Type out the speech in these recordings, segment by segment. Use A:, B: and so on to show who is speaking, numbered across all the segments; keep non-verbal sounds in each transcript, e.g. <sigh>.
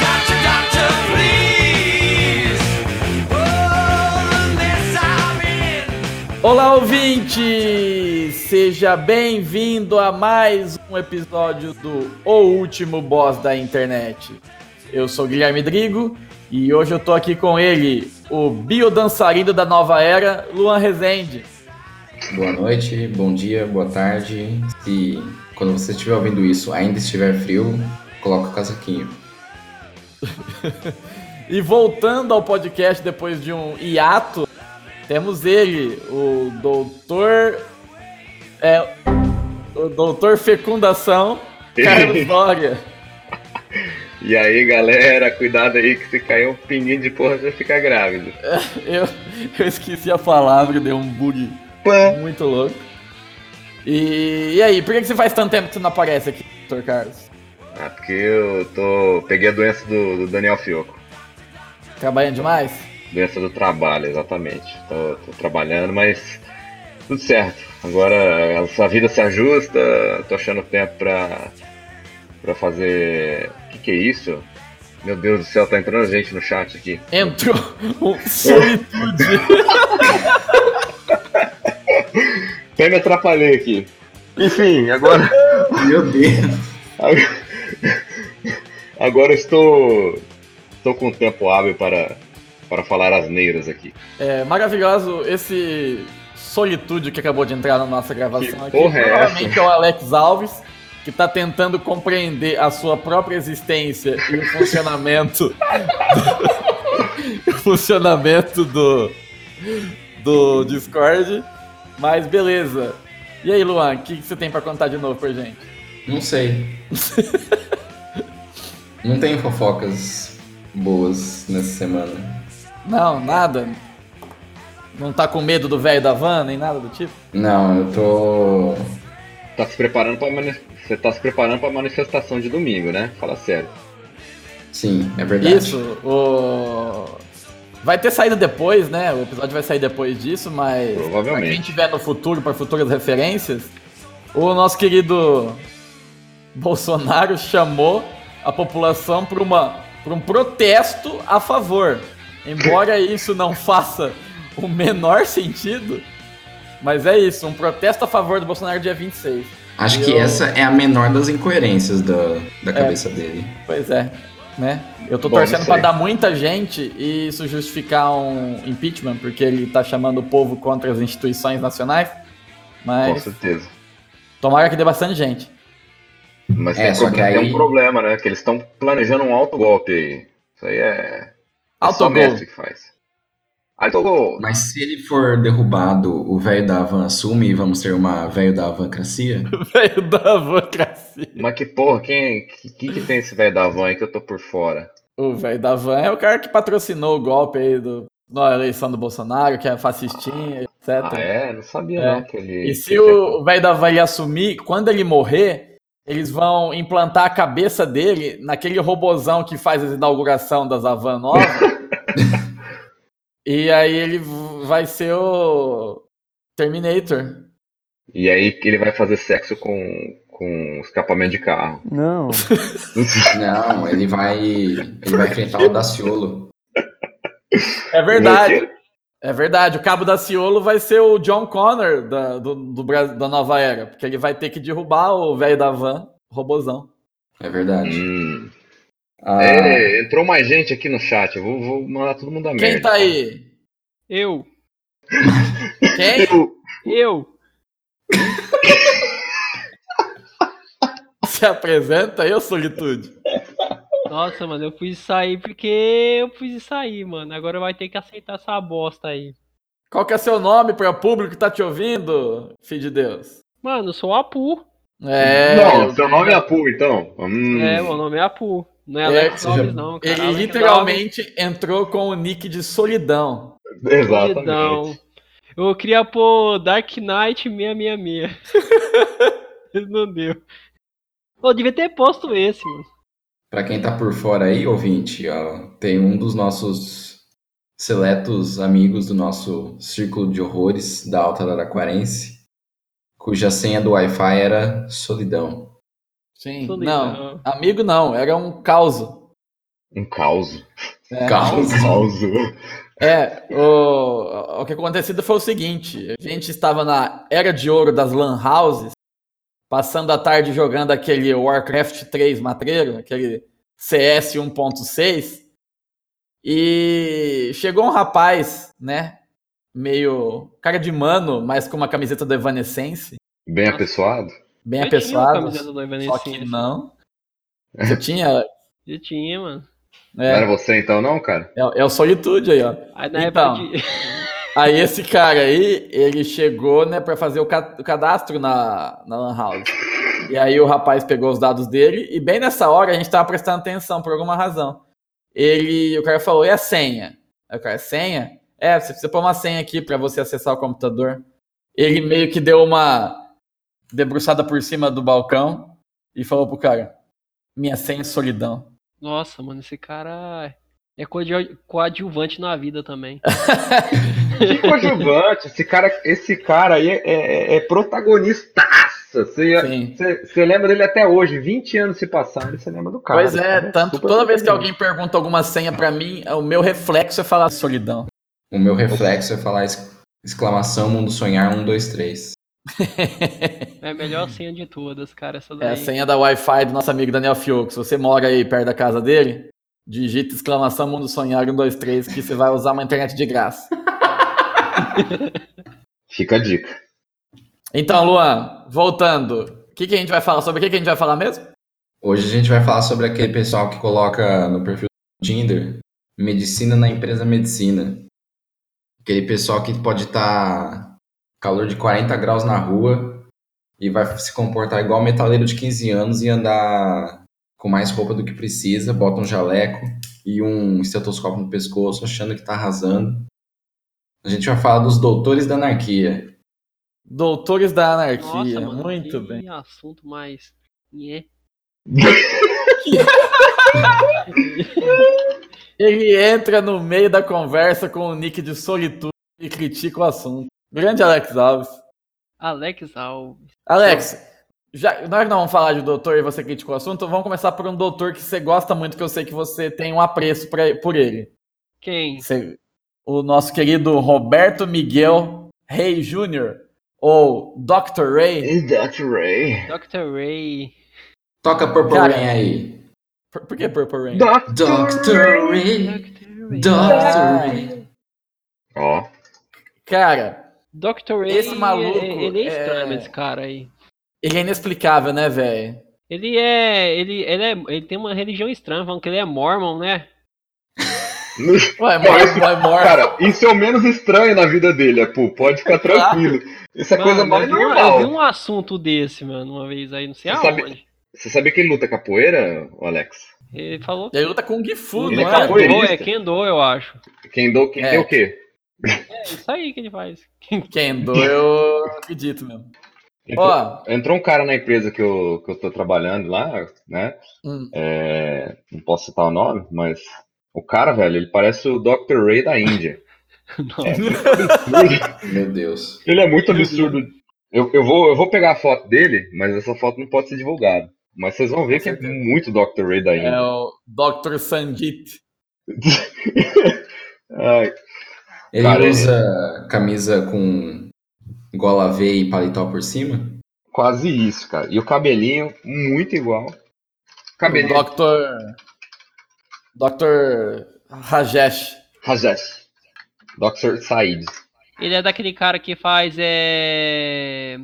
A: Doctor, doctor, please. Oh, this I'm in.
B: Olá, ouvinte! Seja bem-vindo a mais um episódio do O Último Boss da Internet. Eu sou Guilherme Drigo e hoje eu tô aqui com ele, o biodançarino da nova era, Luan Rezende.
C: Boa noite, bom dia, boa tarde. Se quando você estiver ouvindo isso ainda estiver frio, coloca o casaquinho.
B: E voltando ao podcast depois de um hiato, temos ele, o doutor... É, o doutor Fecundação, Carlos Doria.
D: E aí galera, cuidado aí que se cair um pinguinho de porra você fica grávido.
B: Eu, eu esqueci a palavra, deu um bug
D: Pã.
B: muito louco. E, e aí, por que que você faz tanto tempo que você não aparece aqui, Dr. Carlos?
D: Ah, porque eu tô. Peguei a doença do, do Daniel Fioco.
B: Trabalhando demais?
D: Doença do trabalho, exatamente. Tô, tô trabalhando, mas tudo certo. Agora a sua vida se ajusta, tô achando tempo pra. pra fazer. O que, que é isso? Meu Deus do céu, tá entrando gente no chat aqui.
B: Entrou um solitude.
D: Até me atrapalhei aqui. Enfim, agora.
C: Meu Deus!
D: Agora- <laughs> Agora estou estou com tempo hábil para para falar asneiras aqui.
B: É maravilhoso esse solitude que acabou de entrar na nossa gravação
D: Que
B: aqui.
D: porra é
B: Provavelmente é o Alex Alves, que tá tentando compreender a sua própria existência e o funcionamento. do, <laughs> o funcionamento do, do Discord. Mas beleza. E aí, Luan, o que, que você tem pra contar de novo pra gente?
C: Não sei. Não tenho fofocas boas nessa semana.
B: Não, nada. Não tá com medo do velho da van, nem nada do tipo?
C: Não, eu tô.
D: Tá se preparando para você tá se preparando para a manifestação de domingo, né? Fala sério.
C: Sim, é verdade.
B: Isso, o. Vai ter saído depois, né? O episódio vai sair depois disso, mas.
D: Provavelmente.
B: Pra quem tiver no futuro, para futuras referências, o nosso querido Bolsonaro chamou a população para uma pra um protesto a favor. Embora isso não faça o menor sentido, mas é isso, um protesto a favor do Bolsonaro dia 26.
C: Acho que
B: Eu- É.
C: essa é a menor das incoerências da, da cabeça dele.
B: Pois é, né? Eu tô
D: Bom,
B: torcendo
D: não
B: pra
D: sei.
B: dar muita gente e isso justificar um impeachment, porque ele tá chamando o povo contra as instituições nacionais.
D: Com
B: Mas
D: certeza.
B: tomara que dê bastante gente.
D: Mas
C: É,
D: tem,
C: só
D: pro-
C: que aí-
D: tem um problema, né? Que eles estão planejando um autogolpe aí. Isso aí é é só
B: Autogol. <laughs>
D: mestre que faz. Autogol.
C: Mas se ele for derrubado, o velho da van assume e vamos ter uma velho da avancracia?
B: Veio da avocracia.
D: Mas que porra, quem que, que, que tem esse velho da van aí que eu tô por fora?
B: O velho da van é o cara que patrocinou o golpe aí do, na eleição do Bolsonaro, que é fascistinha, etc.
D: Ah, é? Não sabia
B: É.
D: não que ele
B: E se o velho da van ele assumir, quando ele morrer, eles vão implantar a cabeça dele naquele robozão que faz as inauguração das Avan <laughs> novas. e aí ele v- vai ser o Terminator.
D: E aí que ele vai fazer sexo com, com escapamento de carro.
E: Não.
C: Não, ele vai. Ele vai enfrentar o Daciolo.
B: É verdade. É verdade. O Cabo da Ciolo vai ser o John Connor da, do, do Bra- da nova era. Porque ele vai ter que derrubar o velho da van, robozão.
C: É verdade.
D: Hum.
C: Ah,
D: É, entrou mais gente aqui no chat. Eu vou, vou mandar todo mundo a merda.
B: Quem tá aí?
E: Eu.
B: Quem? <laughs>
D: Eu-
E: Eu.
B: Se apresenta, eu, Solitude.
E: Nossa, mano, eu fui sair porque eu fui sair, mano. Agora vai ter que aceitar essa bosta aí.
B: Qual que é seu nome para o público que tá te ouvindo, filho de Deus?
E: Mano, eu sou o Apu.
B: É.
D: Não, seu nome é Apu, então. Hum.
E: É, meu nome é Apu. Não é
B: É,
E: Alex
C: você já-
E: Alves, não, cara.
B: Ele
E: Alex
B: literalmente entrou com o nick de solidão.
E: Alves,
D: Exatamente.
E: solidão. Eu queria pôr Dark Knight 666. Mas <laughs> não deu. Pô, devia ter posto esse, mano.
C: Pra quem tá por fora aí, ouvinte, ó, tem um dos nossos seletos amigos do nosso círculo de horrores da Alta Araraquarense, cuja senha do Wi-Fi era solidão.
B: Sim. Não,
E: Solidão.
B: amigo não, era um caos.
D: Um caos.
B: É.
D: Um
C: Caos.
D: caos.
B: É, o, o que acontecido foi o seguinte: a gente estava na era de ouro das Lan Houses, passando a tarde jogando aquele Warcraft 3 matreiro, aquele um CS 1.6, e chegou um rapaz, né? Meio cara de mano, mas com uma camiseta do Evanescence,
D: Bem apessoado?
B: bem
E: Eu tinha a
B: apessoado.
E: camiseta do
B: Só que
E: Evanescence.
B: não. Você tinha.
E: Eu tinha, mano.
D: Não era
B: É,
D: você então, não, cara?
B: é, o- é o Solitude aí, ó.
E: Aí na
B: Então.
E: época de...
B: Aí esse cara aí, ele chegou, né, pra fazer o, ca- o cadastro na, na Lan House. E aí o rapaz pegou os dados dele, e bem nessa hora a gente tava prestando atenção, por alguma razão. Ele, o cara falou, e a senha? Aí o cara, senha? É, você precisa pôr uma senha aqui pra você acessar o computador. Ele meio que deu uma debruçada por cima do balcão e falou pro cara, minha senha é solidão.
E: Nossa, mano, esse cara é coadju- coadjuvante na vida também.
D: Que coadjuvante. Esse cara, esse cara aí é, é, é protagonistaça. Você,
B: Sim.
D: você- você lembra dele até hoje, 20 anos se passaram, você lembra do cara.
B: Pois é,
D: Cara,
B: tanto
D: super
B: toda vez que
D: protagonista.
B: alguém pergunta alguma senha pra mim, o meu reflexo é falar solidão.
C: O meu reflexo é falar ex- exclamação mundo sonhar 1, 2, 3.
E: É
B: <laughs>
E: a melhor senha de todas, cara, essa
B: É
E: daí.
B: a senha da Wi-Fi do nosso amigo Daniel Fiuk. Se você mora aí perto da casa dele, digita exclamação mundo sonhar 123 que você vai usar uma internet de graça.
D: Fica a dica.
B: Então, Luan, voltando. O que, que a gente vai falar? Sobre o que, que a gente vai falar mesmo?
C: Hoje a gente vai falar sobre aquele pessoal que coloca no perfil do Tinder medicina na empresa medicina. Aquele pessoal que pode estar calor de 40 graus na rua e vai se comportar igual metaleiro de 15 anos e andar com mais roupa do que precisa, bota um jaleco e um estetoscópio no pescoço, achando que tá arrasando. A gente vai falar dos doutores da anarquia.
B: Doutores da Anarquia.
E: Nossa, mano,
B: Muito
E: que
B: bem.
E: assunto mais...
B: <laughs>
E: Nhé.
B: Ele entra no meio da conversa com o nick de solitude e critica o assunto. Grande Alex Alves.
E: Alex Alves.
B: Alex, já, nós não vamos falar de doutor e você criticou o assunto, vamos começar por um doutor que você gosta muito, que eu sei que você tem um apreço pra- por ele.
E: Quem?
B: Você- o nosso querido Roberto Miguel Rey Jr., ou Dr. Ray.
D: E Dr. Ray.
E: Dr. Ray.
C: Toca Purple
B: Cara.
C: Rain aí.
B: Por, por que Purple Rain?
D: Dr.
C: Dr. Ray,
E: Dr. Ray.
C: Dr. Ray.
D: Ó,
B: Cara,
E: Dr. Ray,
B: Esse maluco
E: é- ele é
B: é-
E: estranho, esse cara aí.
B: ele é inexplicável, né, velho?
E: Ele é, ele, ele é, ele tem uma religião estranha, falando que ele é mormon, né?
B: Ué, morre, morre, morre.
D: Cara, isso é o menos estranho na vida dele, Apu. Pode ficar tranquilo. Isso é
E: Mano,
D: coisa mais
E: eu, vi, um-
D: normal.
E: eu vi um assunto desse, mano, uma vez aí, não sei
D: Você sabe-
E: aonde.
D: Você sabia que ele luta capoeira, ô Alex?
E: Ele falou
B: ele luta com Kung Fu,
D: Ele
B: não
D: é
B: é?
D: capoeira.
E: Kendo,
D: capoeirista.
E: é Kendo, eu acho.
D: Quem deu, quem
B: É.
D: deu o quê?
E: É isso aí que ele faz.
B: Kendo, eu acredito mesmo.
D: Entrou,
B: Ó,
D: entrou um cara na empresa que eu, que eu tô trabalhando lá, né?
B: hum,
D: É, não posso citar o nome, mas o cara, velho, ele parece o Dr. Ray da
E: <laughs>
D: Índia. É.
E: Nossa,
C: Meu Deus.
D: <laughs> Ele é muito absurdo. Eu, eu, vou, eu vou pegar a foto dele, mas essa foto não pode ser divulgada. Mas vocês vão ver que é muito Dr. Ray da
B: é
D: Índia.
B: o Dr. Sanjit.
D: Ai,
C: Ele
D: Cara, ele-
C: usa camisa com gola V e paletó por cima?
D: quase isso, cara. E o cabelinho, muito igual. Cabelinho.
B: Dr. Dr. Rajesh.
D: Rajesh. Dr. Said.
E: ele é daquele cara que faz é...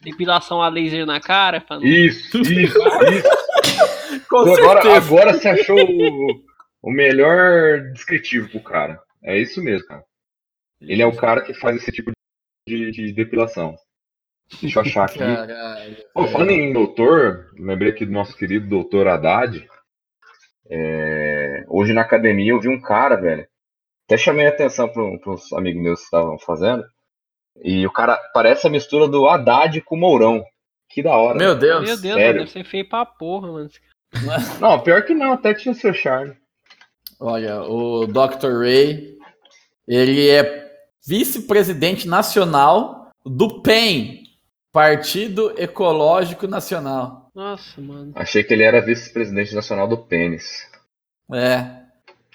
E: depilação a laser na cara, falando,
D: Isso, isso, isso.
B: Com
D: Agora,
B: certeza.
D: agora você achou o, o melhor descritivo pro cara. É isso mesmo, cara. Ele é o cara que faz esse tipo de, de depilação. Deixa eu achar aqui.
B: Caralho.
D: Pô, falando em doutor, lembrei aqui do nosso querido doutor Haddad. É, hoje na academia eu vi um cara, velho. Até chamei a atenção para uns amigos meus que estavam fazendo. E o cara parece a mistura do Haddad com o Mourão. Que da hora.
B: Meu Deus.
E: Meu Deus,
D: sério?
E: mano, deve ser feio pra porra, mano.
D: Não, pior que não, até tinha seu charme.
B: Olha, o Dr. Ray, ele é vice-presidente nacional do PEN, Partido Ecológico Nacional.
E: Nossa, mano.
D: Achei que ele era vice-presidente nacional do pênis.
B: É.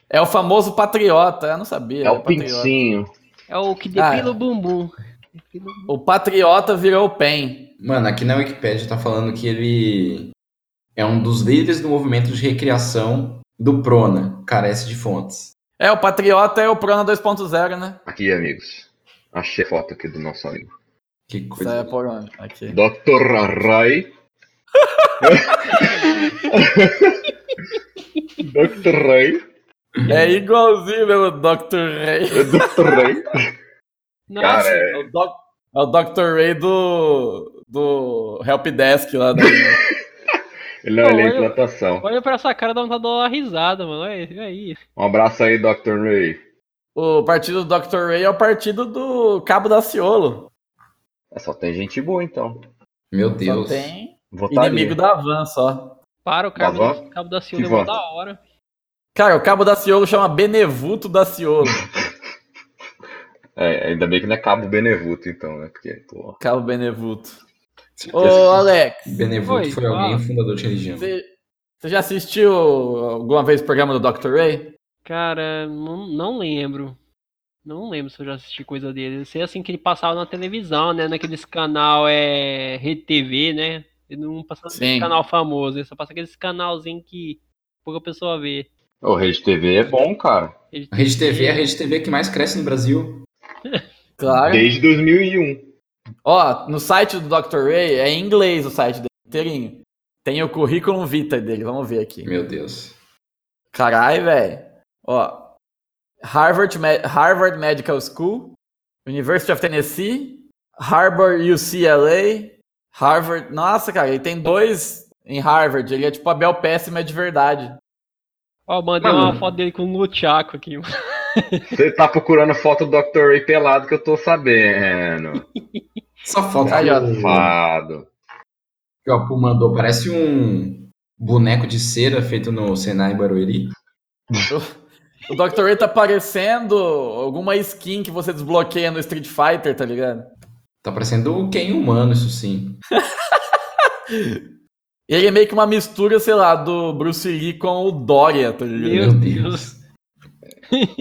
B: É o famoso patriota, eu não sabia.
D: É
B: ele
D: o
B: patriota.
D: pincinho.
E: É o que
B: Ah,
E: depila
B: é.
E: o bumbum. Depila o bumbum.
B: O patriota virou o PEN.
C: Mano, aqui na Wikipédia tá falando que ele é um dos líderes do movimento de recriação do Prona. Carece de fontes.
B: É, o patriota é o Prona 2.0, né?
D: Aqui, amigos. Achei a foto aqui do nosso amigo.
C: Que
B: Isso é
C: coisa.
B: por onde? Aqui.
D: Dr. Ray. Dr. Ray.
B: É igualzinho o Dr. Ray.
D: É Dr. Ray.
E: Nossa,
D: Cara,
B: É
D: é-
B: o, doc, é o Dr. Ray do, do Help Desk lá. né? Da...
D: não, ele é
E: Olha-
D: implantação.
E: olha pra essa cara, dá vontade de dar uma risada, mano. Olha aí, olha aí.
D: Um abraço aí, Dr. Ray.
B: o partido do Dr. Ray é o partido do Cabo da Ciolo.
D: É, Só tem gente boa, então.
C: Meu
B: Só
C: Deus.
B: tem
D: Votar
B: inimigo
D: ali.
B: da Van só.
E: Para o cabo,
D: Mas, ó,
E: do, cabo da Ciúme
D: que
E: é mó
D: volta.
E: da hora.
B: Cara, o Cabo da Ciolo chama Benevuto da Ciolo.
D: É, ainda bem que não é Cabo Benevuto, então, né? Porque, pô.
B: Cabo Benevuto. Ô,
D: Esse-
B: Alex,
C: Benevuto
E: Oi,
C: foi alguém
E: fala.
C: fundador de religião.
B: você você já assistiu alguma vez o programa do Dr. Ray?
E: Cara, não, não lembro. Não lembro se eu já assisti coisa dele. Eu sei assim que ele passava na televisão, né? Naqueles canal é Rede TV, né? Ele não passava
B: Sim.
E: nesse canal famoso, ele só passa aqueles canalzinho que pouca pessoa vê.
D: O Rede TV é bom, cara.
E: Ele
C: A Rede TV é a Rede TV que mais cresce no Brasil.
B: Claro.
D: Desde 2001.
B: Ó, no site do Dr. Ray, é em inglês o site dele inteirinho. Tem o currículo vitae dele, vamos ver aqui.
C: Meu Deus.
B: Carai, velho. Ó, Harvard, Me- Harvard Medical School, University of Tennessee, Harvard UCLA, Harvard. Nossa, cara, ele tem dois em Harvard. Ele é tipo Abel Péssima de verdade.
E: Ó, mandei
D: Mano.
E: uma foto dele com o Luchaco aqui, mano.
D: Você tá procurando foto do Dr. Ray pelado que eu tô sabendo.
C: Essa foto
B: Aí, ó.
C: que o-
D: Fado.
C: que o Apu mandou parece um boneco de cera feito no Senai Barueri.
B: O Dr. Ray tá parecendo alguma skin que você desbloqueia no Street Fighter, tá ligado?
C: Tá parecendo o Ken humano, isso sim.
B: Ele é meio que uma mistura, sei lá, do Bruce Lee com o Dória, tá ligado?
E: Meu Deus.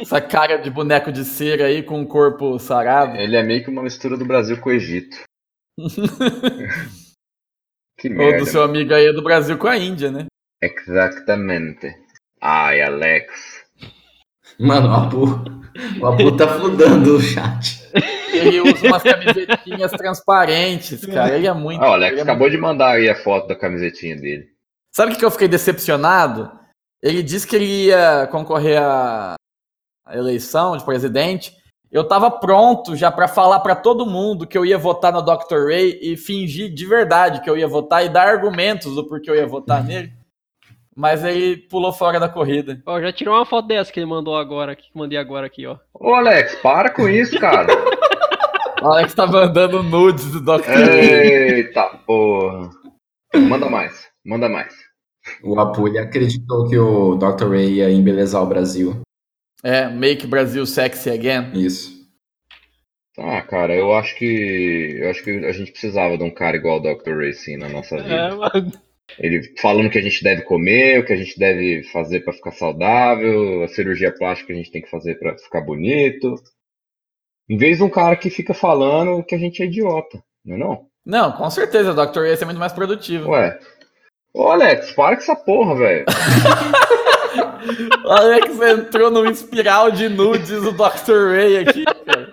B: Essa cara de boneco de cera aí com o corpo sarado.
D: Ele é meio que uma mistura do Brasil com o Egito. que
B: Ou do
D: merda.
B: seu amigo aí do Brasil com a Índia, né?
D: Exatamente. Ai, Alex.
C: Mano, o Apu, o Apu tá fludando o chat.
B: Ele usa umas camisetinhas transparentes, cara. Ele é muito.
D: Ah, o
B: ele
D: Alex
B: é
D: acabou de mandar aí a foto da camisetinha dele.
B: muito- Sabe o que que eu fiquei decepcionado? Ele disse que ele ia concorrer à à eleição de presidente. Eu tava pronto já pra falar pra todo mundo que eu ia votar no Dr. Ray e fingir de verdade que eu ia votar e dar argumentos do porquê eu ia votar nele. Mas ele pulou fora da corrida.
E: Ó, já tirou uma foto dessa que ele mandou agora, aqui, que mandei agora aqui, ó.
D: Ô, Alex,
B: <laughs>
D: para com isso, cara.
B: O Alex tá mandando nudes do Dr. Ray.
D: Eita porra. Manda mais, manda mais.
C: O Apu, ele acreditou que o Dr. Ray ia embelezar o Brasil.
B: É, Make Brasil Sexy Again.
C: Isso.
D: Ah, cara, eu acho que. Eu acho que a gente precisava de um cara igual o Dr. Ray sim na nossa vida.
E: É, mano.
D: Ele falando o que a gente deve comer, o que a gente deve fazer pra ficar saudável, a cirurgia plástica que a gente tem que fazer pra ficar bonito. Em vez de um cara que fica falando que a gente é idiota, não é não?
B: Não, com certeza, o Dr. Ray ia ser muito mais produtivo.
D: Ué. Ô Alex, para com essa
B: <laughs>
D: porra, velho.
B: O Alex entrou num espiral de nudes do Dr. Ray aqui, cara.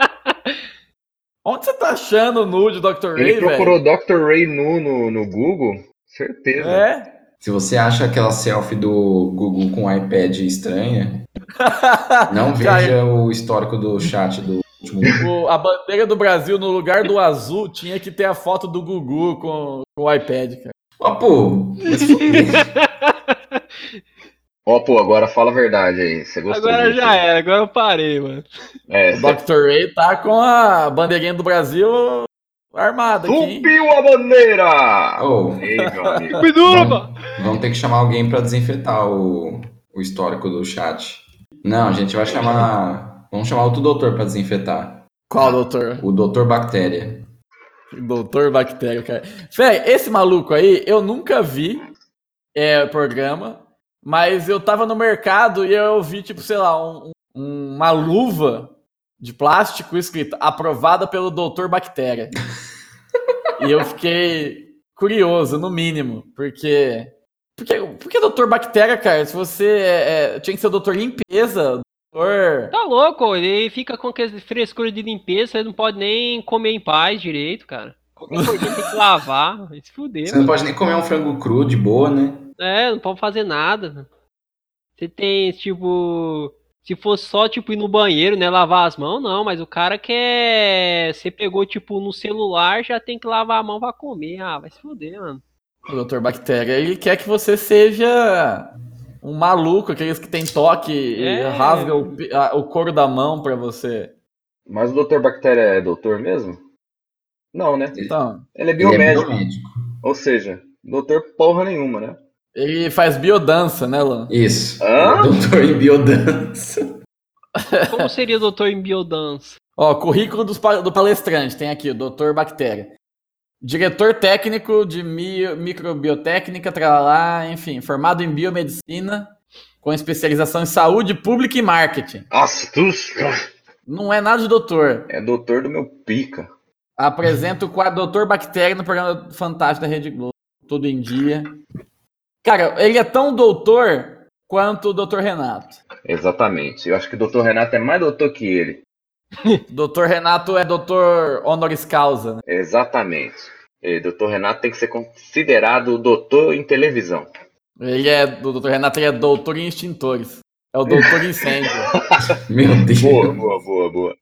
B: Onde você tá achando o nude do Dr. Ray,
D: Ele
B: velho?
D: procurou Dr. Ray nu no, no Google, certeza.
B: É?
C: Se você acha aquela selfie do Gugu com o iPad <laughs> estranha, não
B: Cara,
C: veja o histórico do chat do último.
B: O- a bandeira do Brasil, no lugar do azul, tinha que ter a foto do Gugu com, com o iPad, cara.
C: Ó, pô, mas <laughs> foi-
D: Ó, pô, agora fala a verdade aí. Você gostou
E: <laughs> Agora
D: disso?
B: é.
E: já era, agora eu parei, mano.
D: É,
B: O
D: você
B: Dr. Ray tá com a bandeirinha do Brasil armada aqui, hein?
D: subiu a bandeira!
C: Ô,
D: Ei,
B: <laughs>
D: meu amigo.
E: Me dura, pô!
C: vamos, vamos ter que chamar alguém pra desinfetar o, o histórico do chat. Não, a gente vai chamar. Vamos chamar outro doutor pra desinfetar.
B: Qual, doutor?
C: O doutor Bactéria.
B: Doutor Bactéria, cara. Véi, esse maluco aí, eu nunca vi é, o programa, mas eu tava no mercado e eu vi, tipo, sei lá, um- um- uma luva de plástico escrita aprovada pelo Doutor Bactéria. e eu fiquei curioso, no mínimo, porque. Porque, porque Doutor Bactéria, cara, se você. é, é, tinha que ser o Doutor Limpeza, Doutor.
E: Tá louco, ele fica com aquela frescura de limpeza, ele não pode nem comer em paz direito, cara. Qualquer coisinha tem que lavar, <laughs> vai se fuder,
C: Você não pode nem comer um frango cru de boa, né?
E: É, não pode fazer nada. Você tem, tipo. Se fosse só, tipo, ir no banheiro, né? Lavar as mãos, não. Mas o cara quer. Você pegou, tipo, no celular, já tem que lavar a mão pra comer. Ah, vai se fuder, mano.
B: O Dr. Bactéria, ele quer que você seja um maluco, aqueles que tem toque e
E: É.
B: rasga o, pe- a- o couro da mão pra você.
D: Mas o doutor Bactéria é doutor mesmo? Não, né?
B: Então,
D: Ele
C: Ele
D: é
C: é
D: biomédico,
C: biomédico.
D: ou seja, doutor porra nenhuma, né?
B: ele faz biodança, né, Lan?
C: Isso.
D: Hã?
C: Doutor em biodança. <laughs>
E: Como seria o doutor em biodança?
B: Ó, currículo dos pa- do palestrante, tem aqui, o Dr. Bactéria. Diretor técnico de mi- microbiotécnica, tralalá, enfim, formado em biomedicina, com especialização em saúde pública e marketing.
D: Astúcia!
B: Não é nada de doutor.
D: É doutor do meu pica.
B: Apresento o quadro Doutor Bactéria no programa Fantástico da Rede Globo, todo em dia. Cara, ele é tão doutor quanto o Doutor Renato.
D: Exatamente. Eu acho que o doutor Renato é mais doutor que ele.
B: Doutor Renato é doutor honoris causa, né?
D: Exatamente. E doutor Renato tem que ser considerado o doutor em televisão.
B: Ele é, o Doutor Renato ele é doutor em extintores. É o doutor incêndio.
C: Meu Deus.
D: Boa, boa, boa, boa.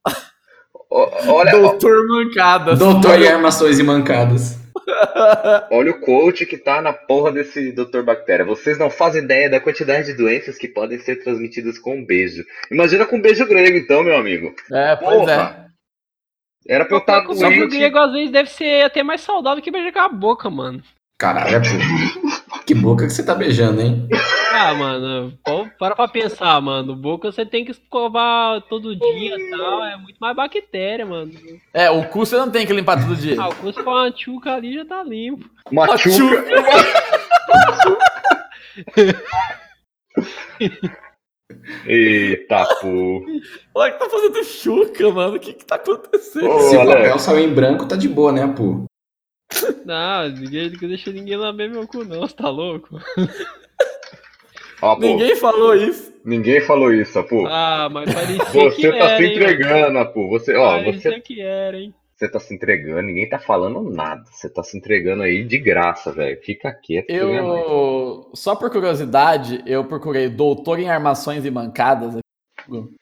D: O- olha,
B: doutor mancadas.
C: Doutor em armações e mancadas.
D: Olha o coach que tá na porra desse Dr. Bactéria. Vocês não fazem ideia da quantidade de doenças que podem ser transmitidas com um beijo. Imagina com um beijo grego, então, meu amigo.
B: É, pois é.
D: Porra. Era pra eu estar
E: Só que o
D: doente.
E: grego às vezes deve ser até mais saudável que beijar com a boca, mano.
C: Caralho, é pô. Que boca que você tá beijando, hein?
E: Ah, mano, pô, para pra pensar, mano. Boca você tem que escovar todo dia e tal. É muito mais bactéria, mano.
B: É, o cu você não tem que limpar todo dia.
E: <laughs> Ah, o curso com uma tchuca ali já tá limpo.
D: Machuca. <laughs> Eita, pô.
B: Olha que tá fazendo chuca, mano. O que que tá acontecendo?
D: Ô,
C: Se o
D: Alex.
C: papel saiu em branco, tá de boa, né, pô?
E: Não, Ah, ninguém não deixa ninguém lamber meu cu, não, você tá louco?
D: Ó, pô. Ninguém...
B: Ninguém falou isso.
D: falou isso, ó, pô.
E: Ah, mas parecia que
D: Você
E: era.
D: tá se
E: hein, mano?
D: entregando, ó, pô. Você, ó, você
E: parecia que era, hein?
D: Você tá se entregando, ninguém tá falando nada. Você tá se entregando aí de graça, velho. Fica quieto. né, que ganha mais.
B: Eu, só por curiosidade, eu procurei doutor em armações e mancadas aqui no Google,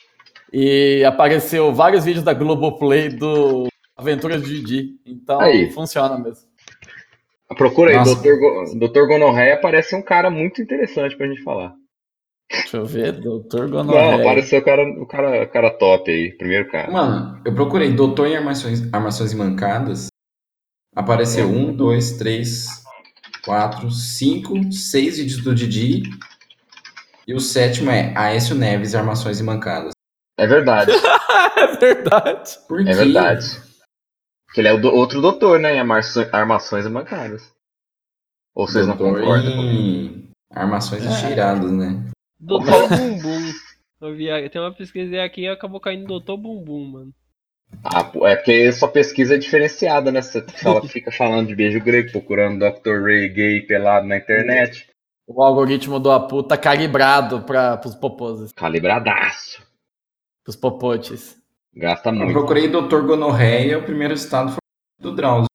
B: e apareceu vários vídeos da Globoplay do Aventuras de Didi. Então
D: Aí.
B: funciona mesmo.
D: Procura aí,
C: Nossa.
D: doutor, Go... doutor Gonorreia parece um cara muito interessante pra gente falar.
B: Deixa eu ver, doutor
D: Não,
B: Gonorreia.
D: apareceu o cara, o cara, o cara top aí, primeiro cara.
C: Mano, eu procurei doutor em armações, armações e mancadas. Apareceu um, dois, três, quatro, cinco, seis vídeos do Didi. E o sétimo é Aécio Neves, armações e mancadas.
D: É
B: <laughs>
D: verdade,
B: <laughs> É verdade.
C: Por
D: é
C: quê?
D: verdade. Que ele é o do- outro doutor, né? Em armaço- armações e bancadas. Ou vocês não
C: Doutor
D: concordam?
C: em armações
B: É.
C: e cheiradas, né?
E: Doutor Bumbum. Eu vi, eu tenho uma pesquisa aqui e acabou caindo Doutor Bumbum, mano.
D: Ah, pô, é porque sua pesquisa é diferenciada, né? Você
B: <laughs>
D: fala- fica falando de beijo grego, procurando Dr. Ray gay pelado na internet.
B: O algoritmo do Apu tá calibrado para pros poposes,
D: Calibradaço.
B: pros popotes.
D: Gasta
C: Eu
D: muito.
C: procurei doutor Gonorreia, o primeiro estado foi do Drauzio.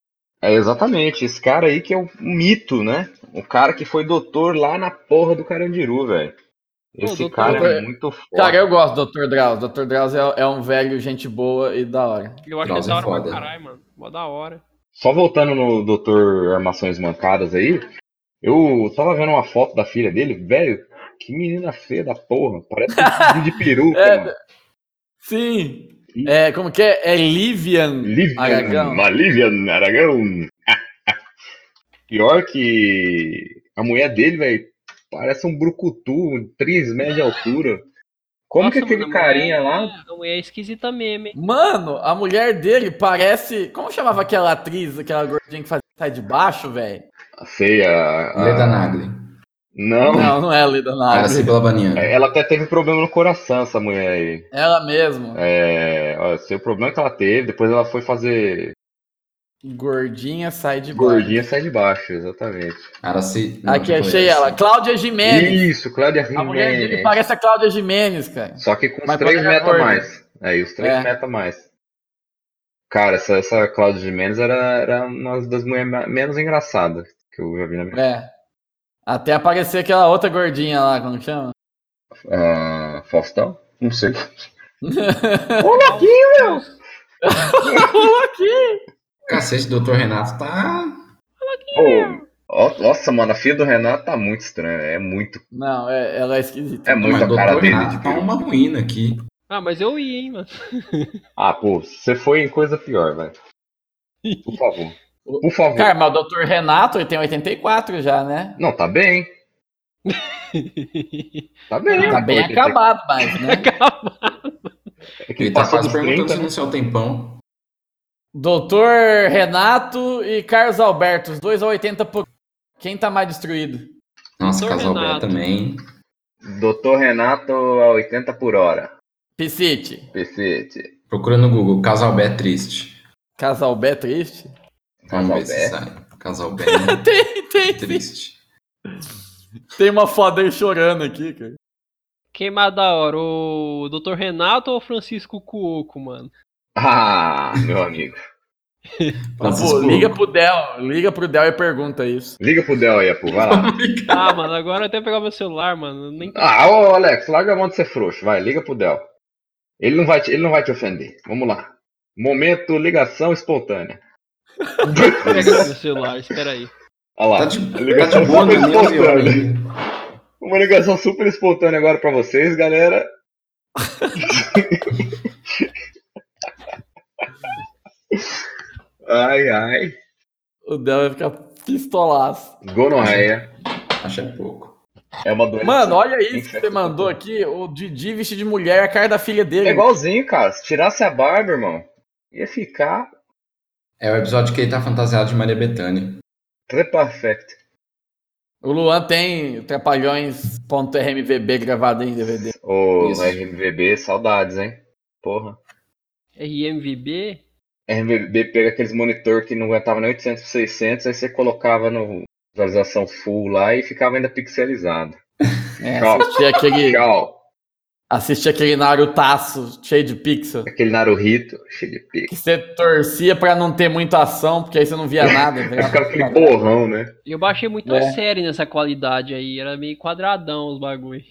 D: É exatamente, esse cara aí que é um mito, né? Um cara que foi doutor lá na porra do Carandiru, velho. Esse
E: doutor-
D: cara é
B: doutor-
D: muito foda.
B: Cara, eu gosto do Dr. Drauzio. Dr. Drauzio é, é um velho, gente boa e da hora.
E: Eu acho
C: Drauzio
E: essa hora
C: é
E: pra
C: foda.
E: caralho, mano. Mó da hora.
D: Só voltando no Doutor Armações Mancadas aí, eu tava vendo uma foto da filha dele, velho, que menina feia da porra. Parece um de peruca,
B: É,
D: mano.
B: Sim. É, como que é? É Livian. Aragão.
D: Livian, Malivian Aragão. <laughs> Pior que a mulher dele, velho, parece um brucutu, 3 metros de altura. Como
E: Nossa,
D: que aquele
E: mano, a mulher-
D: carinha lá...
E: A mulher é esquisita mesmo, hein?
B: Mano, a mulher dele parece. Como chamava aquela atriz, aquela gordinha que fazia sai de baixo, velho?
D: Sei, a... a-
C: Leda Nagli.
D: ah, Não,
B: Não, não é a Lida
C: Era
B: Nagli.
C: Sibila Banian.
D: ela até teve problema no coração, essa mulher aí.
B: Ela mesmo.
D: É, ó, sei o problema que ela teve, depois ela foi fazer
B: Gordinha sai de baixo.
D: gordinha sai de baixo, exatamente.
C: Era se... não,
B: Aqui,
C: não
B: achei
C: conheço.
B: ela. Cláudia Jimenez.
D: Isso, Cláudia
B: A mulher dele
D: Jimenez.
B: parece a Cláudia Jimenez, cara.
D: Só que com os
B: Mas
D: três
B: Cláudia
D: metas a
B: Jordan.
D: mais. Aí, os três
B: É.
D: metas a mais. Cara, essa, essa Cláudia Jimenez era, era uma das mulheres ma- menos engraçadas que eu já vi na minha
B: É. Até aparecer aquela outra gordinha lá, como que chama? É.
D: Ah, Faustão? Não sei.
C: Cacete, doutor Renato tá...
D: Pô, ó- nossa, mano, a filha do Renato tá muito estranha. É muito.
B: Não, é- ela é esquisita.
D: É muito
C: Mas
D: a cara
C: doutor
D: dele. de
C: Renato tá
D: peruca.
C: uma ruína aqui.
E: Ah, mas eu ia, hein, mano. <laughs>
D: Ah, pô, você foi em coisa pior, velho.
B: <laughs>
D: Por favor. Por favor.
B: Cara, mas o Dr. Renato ele tem 84 já, né?
D: Não, tá
B: <laughs>
D: bem. Tá bem.
B: Tá bem
D: Oitenta e-
B: acabado, mas, né?
D: É que
C: Ele tá
D: passou
C: quase
D: dos
C: perguntando
D: 30,
C: se
D: né?
C: no seu tempão.
B: Doutor Renato e Carlos Alberto, os dois a 80 por. Quem tá mais destruído?
C: Nossa,
E: Doutor
C: Casalbel
E: Renato.
C: também.
D: né? Doutor Renato a 80 por hora.
B: Piscite.
D: Pecete.
C: Procura no Google, Casalbé triste.
B: Casalbé é triste?
C: Vamos ver
D: Casalbé.
C: se sai.
B: <laughs>
C: Casalbé né?
B: Tem, tem, tem.
C: triste.
B: Tem uma foda aí chorando aqui, cara.
E: Quem mais da hora, o Dr. Renato ou o Francisco Cuoco, mano?
D: Ah, meu amigo.
C: Tá
B: Pô, liga pro Del, liga pro Del e pergunta isso.
D: Liga pro Del aí, pô. Vai
C: <laughs>
D: lá.
E: Ah, <laughs> mano, agora eu até pegar meu celular, mano. eu Nem
D: Ah, ô Alex, larga a mão de ser frouxo. Vai, liga pro Del. Ele não vai te, ele não vai te ofender. Vamos lá. Momento ligação espontânea.
E: vou pegar meu celular, espera aí.
D: Olha lá.
C: Tá de, tá
D: ligação
C: de boa,
D: super
C: né? Nem ouviu
D: espontânea.
C: ainda.
D: Uma ligação super espontânea agora pra vocês,
C: <laughs>
D: galera. ai, ai.
B: O Del vai ficar pistolaço.
D: Gonorreia
C: Achei pouco.
D: é uma doença.
B: Mano, olha isso que você mandou aqui. O Didi vestido de mulher, a cara da filha dele.
D: É igualzinho, cara. Se tirasse a barba, irmão, ia ficar
C: É o episódio que ele tá fantasiado de Maria Bethânia.
D: tre perfect.
B: O Luan tem trapalhões.rmvb gravado em DVD.
D: Ô,
C: Isso.
D: RMVB, saudades, hein? Porra.
E: RMVB?
D: RMVB pega aqueles monitor que não aguentava nem 800 por 600, aí você colocava no visualização full lá e ficava ainda pixelizado.
B: É,
D: Tchau.
B: assisti aquele,
D: Legal.
B: assisti aquele Narutaço cheio de pixel.
D: Aquele Naruhito, cheio de pique.
B: Que você torcia pra não ter muita ação, porque aí você não via nada. tá
D: <laughs> Aí
B: entendeu?
D: ficava aquele borrão, né?
E: Eu baixei muita
B: É.
E: série nessa qualidade aí, era meio quadradão os bagulho.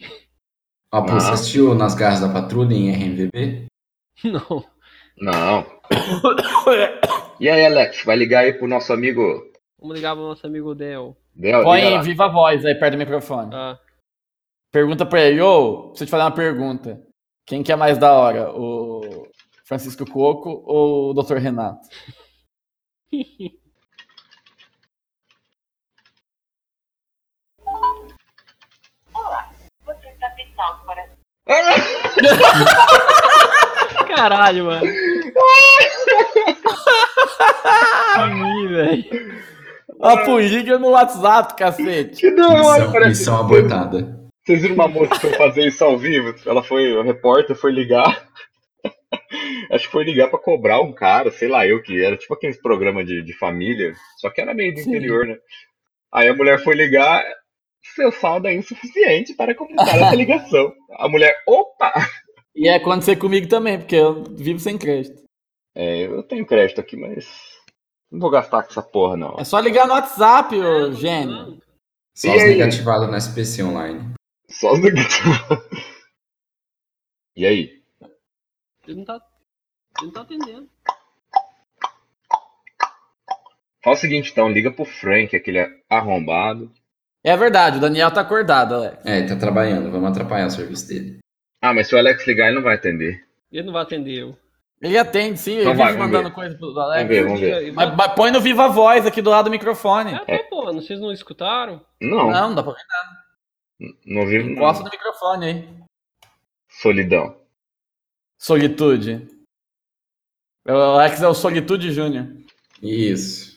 E: <laughs>
C: Ó, pô,
D: Ah.
C: você assistiu Nas Garras da Patrulha em RMVB?
E: Não.
B: <coughs>
D: Não. E aí, Alex, vai ligar aí pro nosso amigo
E: Vamos ligar pro nosso amigo Del.
D: Del? liga
B: Põe
D: lá.
B: viva voz aí perto do microfone.
E: Ah,
B: Pergunta pra ele, ô, preciso te fazer uma pergunta. Quem que é mais da hora? O Francisco Coco ou o Dr. Renato?
D: <laughs>
E: caralho, mano. Ih, velho.
B: A política no WhatsApp, cacete.
D: Que da hora,
C: Missão,
D: parece.
C: missão abortada.
D: Vocês viram uma moça que foi fazer isso ao vivo? Ela foi, o repórter foi ligar. <laughs> Acho que foi ligar pra cobrar um cara, sei lá eu que era, tipo aqueles programas de, de família, só que era meio do interior, né? Aí a mulher foi ligar, seu saldo é insuficiente para completar essa ligação. A mulher, opa!
B: E é acontecer comigo também, porque eu vivo sem crédito.
D: É, eu tenho crédito aqui, mas não vou gastar com essa porra, não.
B: É só ligar no WhatsApp,
E: Ah,
B: ô
E: tô
B: gênio.
E: zoando.
C: Só
D: E
C: os
D: aí?
C: negativados na SPC Online.
D: Só os negativos. <laughs> E aí?
E: Ele não tá, ele não tá atendendo.
D: Fala o seguinte então, liga pro Frank, aquele arrombado.
B: É verdade, o Daniel tá acordado, Alex.
C: É, ele tá trabalhando, vamos atrapalhar o serviço dele.
D: Ah, mas se o Alex ligar, ele não vai atender.
E: Ele não vai atender eu.
B: Ele atende, sim, ele
D: Então vai,
B: vive
D: vamos
B: mandando
D: ver.
B: coisa pro
D: Vamos
B: Alex.
D: ver, vamos ver. É.
B: Mas, mas põe no Viva Voz aqui do lado do microfone.
E: Ah, tá, pô, vocês não escutaram?
D: Não, não,
B: Não, não dá pra ver.
D: ouvi.
B: Encosta no microfone aí.
D: Solidão.
B: Solitude. O Alex é o Solitude Júnior.
C: Isso.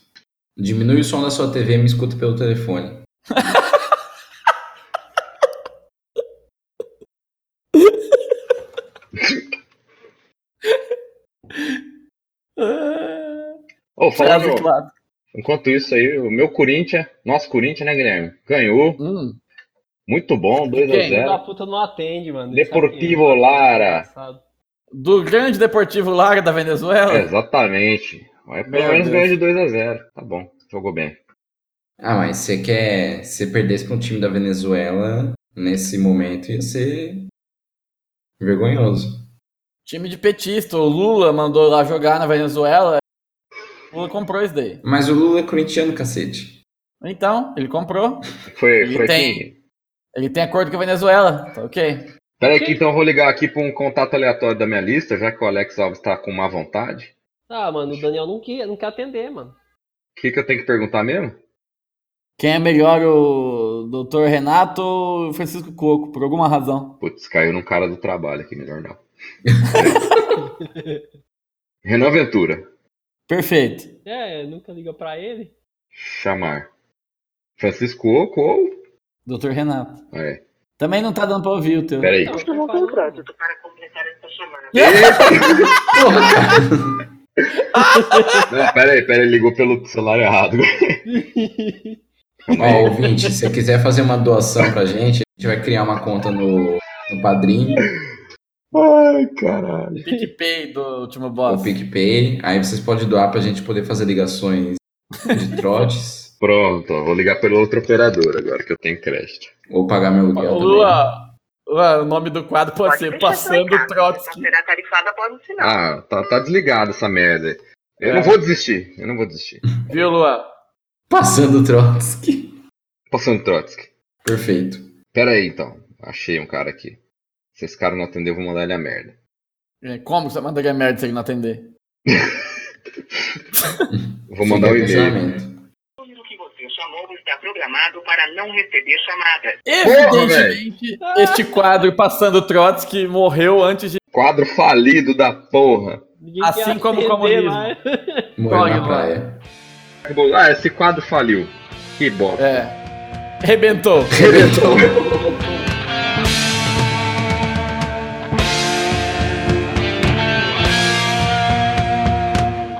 C: Diminui o som da sua TV e me escuta pelo telefone.
D: Ô,
B: Frase
D: falando,
B: clara.
D: enquanto isso aí, o meu Corinthians, nosso Corinthians, né, Guilherme? Ganhou.
B: Hum,
D: Muito bom,
B: Quem?
E: Filho
D: 2x0.
E: da puta não atende, mano. Ele sabe que-
D: Deportivo Lara.
E: Engraçado.
B: do grande deportivo Lara da Venezuela.
D: É. Exatamente. Mas pelo
B: Meu Deus.
D: menos ganhou de 2x0. Tá bom, jogou bem.
C: Ah, mas você quer. Se você perdesse pra um time da Venezuela, nesse momento ia ser. vergonhoso.
B: Time de petista. O Lula mandou lá jogar na Venezuela. O Lula comprou isso daí.
C: Mas o Lula é corintiano, cacete.
B: Então, ele comprou.
D: Foi,
B: E
D: foi assim,
B: tem-
D: quem?
B: Ele tem acordo com a Venezuela. Tá ok.
D: Pera aí,
E: Quem?
D: que então eu vou ligar aqui para um contato aleatório da minha lista, já que o Alex Alves tá com má vontade.
E: Ah, mano, o Daniel não quer, não quer atender, mano.
D: O que, que eu tenho que perguntar mesmo?
B: Quem é melhor, o Dr. Renato ou o Francisco Coco? Por alguma razão.
D: Putz, caiu num cara do trabalho aqui, melhor
B: <laughs>
D: não. Renan Ventura,
B: Perfeito.
E: É, nunca liga pra ele.
D: chamar. Francisco Oco ou.
B: Dr. Renato.
D: É,
B: Também não tá dando pra ouvir o teu.
D: pera aí.
E: Não,
F: Estão
E: tá falando.
F: com trânsito para completar esta chamada.
D: Não, pera aí, pera aí, ligou pelo celular errado.
C: Ó, ouvinte, se você quiser fazer uma doação pra gente, a gente vai criar uma conta no, no Padrim,
D: Ai, caralho.
B: PicPay do último
C: no
B: boss.
C: PicPay. Aí vocês podem doar pra gente poder fazer ligações de trotes
D: Pronto, ó, vou ligar pelo outro operador agora que eu tenho crédito.
C: ou pagar meu aluguel
B: Ô,
C: também.
B: Lua, Lua, o nome do quadro pode, ser
F: deixar sua
B: Passando
F: recado,
B: Trotsky.
F: Não será tarifada após o um sinal.
D: Ah, tá, tá desligado essa merda. aí. Eu não vou desistir, eu não vou desistir.
B: Viu, Lua?
C: Passando Trotsky.
D: Passando Trotsky.
C: Perfeito.
D: Pera aí, então. Achei um cara aqui. Se esse cara não atender, eu vou mandar ele a merda.
B: É, Como você manda ganhar merda se ele não atender?
D: Eu Vou mandar um
C: Fica
D: e-mail.
C: pensamento.
F: O número que você chamou está programado para não receber chamadas.
B: Evidentemente, este quadro Passando Trotsky morreu antes de.
D: Quadro falido da porra.
E: Ninguém
B: Assim
E: quer
B: como o
E: atender
B: comunismo.
E: lá.
D: <laughs>
C: Morreu
B: Olha,
C: na praia. <laughs>
D: Ah, esse quadro faliu. Que bosta.
B: É. Rebentou.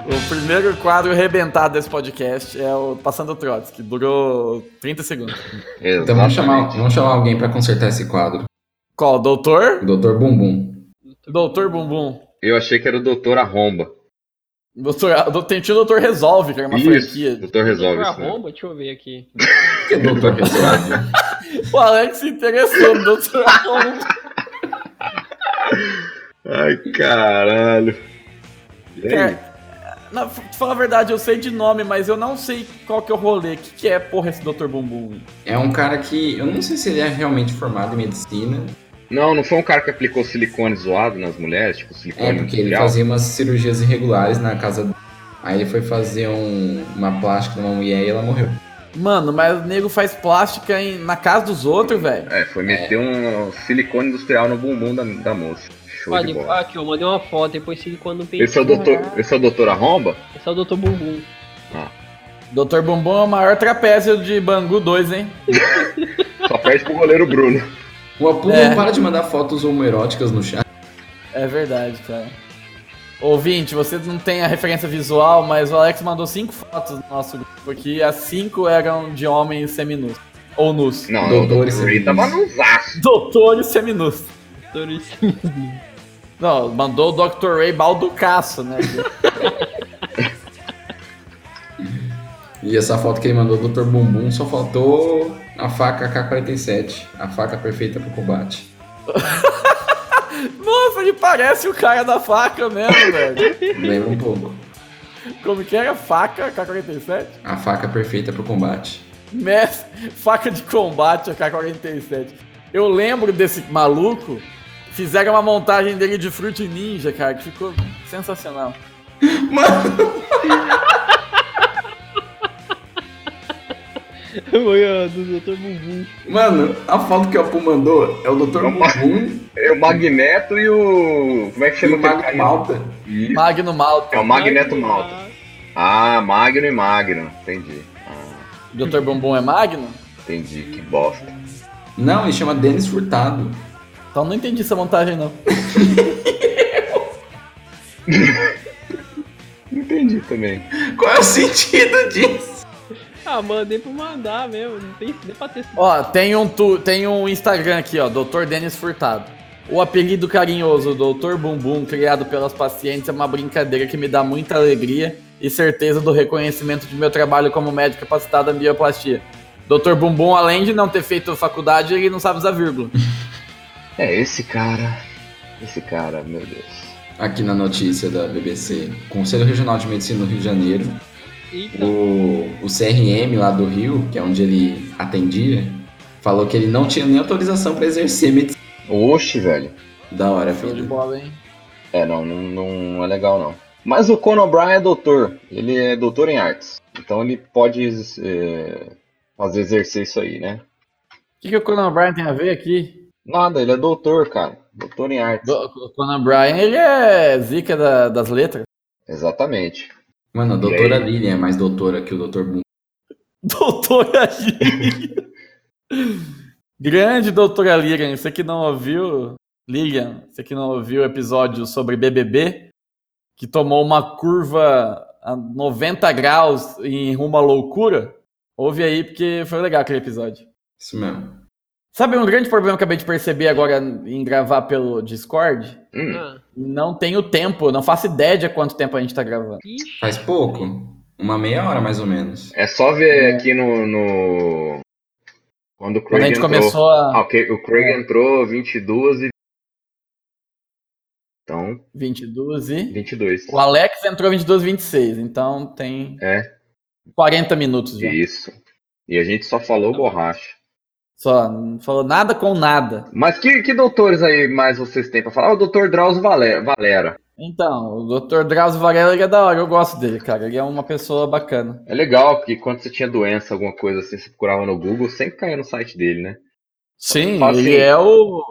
B: O primeiro quadro arrebentado desse podcast é o Passando Trotsky. Durou 30 segundos.
D: Exatamente.
C: Então vamos chamar, vamos chamar alguém pra consertar esse quadro.
B: Qual? Doutor?
C: Doutor Bumbum.
B: Doutor Bumbum.
D: Eu achei que era o doutor Arromba.
B: Doutor, do- tem tio Doutor Resolve, que era uma
D: Isso,
B: franquia.
D: doutor resolve
E: Pra
D: isso. Né?
E: Ah, bomba, deixa eu ver aqui.
C: Que doutor resolve?
B: O Alex se interessou no Doutor Arromba.
D: Ai, caralho. E aí?
B: Cara, É, na, pra falar a verdade, eu sei de nome, mas eu não sei qual que é o rolê. O que, que é, porra, esse Dr. Bumbum?
C: É um cara que. Eu não sei se ele é realmente formado em medicina.
D: Não, não foi um cara que aplicou silicone zoado nas mulheres? Tipo,
C: É,
D: silicone
C: porque ele
D: industrial?
C: fazia umas cirurgias irregulares na casa dele. Aí ele foi fazer um- uma plástica de uma mulher e ela morreu.
B: Mano, mas o nego faz plástica em- na casa dos outros, velho.
D: É, foi meter um silicone industrial no bumbum da, da moça. Show
E: Ah,
D: de
E: de-
D: bola.
E: ah, aqui, eu mandei uma foto, depois se quando não
D: Esse é o doutor, esse é o doutor Arromba?
E: Esse é o Dr. Bumbum.
B: Dr. Bumbum é o maior trapézio de Bangu 2, hein?
D: Só perde pro
C: <laughs>
D: goleiro Bruno.
C: O Apu
B: É.
C: não para de mandar fotos homoeróticas no chat.
B: É verdade, cara. Ouvinte, você não tem a referência visual, mas o Alex mandou cinco fotos do nosso grupo aqui. As cinco eram de homens seminus. Ou <laughs> nus.
D: Não,
C: Doutores
D: não, o tá Ray tava num zaço.
B: Doutores seminus.
E: Doutor <laughs> Isso.
B: Não, mandou o Dr. Ray Balducaço, <laughs> né?
C: E essa foto que ele mandou do Dr. Bumbum só faltou A faca K-47. A faca perfeita pro combate.
B: Nossa, ele parece o cara da faca mesmo, velho.
C: Lembra um pouco.
B: Como que era? Faca K-47?
C: A faca perfeita pro combate.
B: Mes- faca de combate AK-47. Eu lembro desse maluco. Fizeram uma montagem dele de Fruit Ninja, cara, que ficou sensacional.
E: Amanhã, é do Dr. Bumbum.
C: Mano, a foto que o Apu mandou é o Dr. <laughs> Bumbum
D: É o Magneto e o. Como é que
C: e
D: chama
C: o
D: aquele
C: Mago
D: cara?
C: Malta.
D: Isso,
B: Magno Malta.
D: É o Magneto Malta. Ah, Magno e Magno. Entendi. Ah,
B: Dr. Bumbum é Magno?
D: entendi. Que bosta.
C: Não, ele chama Denis Furtado.
B: Então não entendi essa montagem, não.
D: Entendi também.
C: Qual é o sentido disso?
E: Ah, mandei pra mandar mesmo. Não tem nem pra ter.
B: Ó, tem um, tu, tem um Instagram aqui, ó, Dr. Denis Furtado. O apelido carinhoso Dr. Bumbum, criado pelas pacientes, é uma brincadeira que me dá muita alegria e certeza do reconhecimento de meu trabalho como médico capacitado em bioplastia. Dr. Bumbum, além de não ter feito faculdade, ele não sabe usar vírgula.
D: É, esse cara. Esse cara, meu Deus.
C: Aqui na notícia da BBC, Conselho Regional de Medicina do Rio de Janeiro,
E: Eita,
C: o, o CRM lá do Rio, que é onde ele atendia, falou que ele não tinha nem autorização pra exercer medicina.
D: Oxe, velho.
C: Da hora,
B: Show de
C: filho.
B: bola, hein?
D: É, não, não, não é legal não. Mas o Conan O'Brien é doutor. Ele é doutor em artes. Então ele pode eh, fazer exercer isso aí, né?
B: O que, que o Conan Bryan tem a ver aqui?
D: Nada, ele é doutor, cara. Doutor em artes.
B: Do- O Conan Bryan, ele é zica da- das letras.
D: Exatamente.
C: Mano, a doutora Lilian é mais doutora que o doutor Bumbum.
B: Doutora Lilian. Grande doutora Lilian, você que não ouviu, Lilian, você que não ouviu o episódio sobre BBB, que tomou uma curva a 90 graus em rumo à loucura, ouve aí porque foi legal aquele episódio.
C: Isso mesmo.
B: Sabe um grande problema que eu acabei de perceber agora em gravar pelo Discord?
D: Hum,
E: ah,
B: Não tenho tempo, não faço ideia de quanto tempo a gente tá gravando.
E: ixi.
C: Faz pouco. Uma meia hora, mais
B: <laughs>
C: ou menos.
D: É só ver aqui no. no- Quando o Craig
B: Quando a gente
D: entrou.
B: começou É.
D: Ah,
B: a
D: ok, o Craig entrou 22 e. Então,
B: 22 e...
D: 22.
B: O Alex entrou 22 26, então tem
D: É,
B: 40 minutos já.
D: isso. E a gente só falou borracha.
B: Só, não falou nada com nada.
D: Mas que, que doutores aí mais vocês têm pra falar? Ah, o doutor Drauzio Vale- Valera.
B: Então, o Dr. Drauzio Varela ele é da hora, eu gosto dele, cara. Ele é uma pessoa bacana.
D: É legal que quando você tinha doença, alguma coisa assim, você procurava no Google, sempre caía no site dele, né?
B: Sim,
D: Fala
B: ele
D: assim.
B: é o,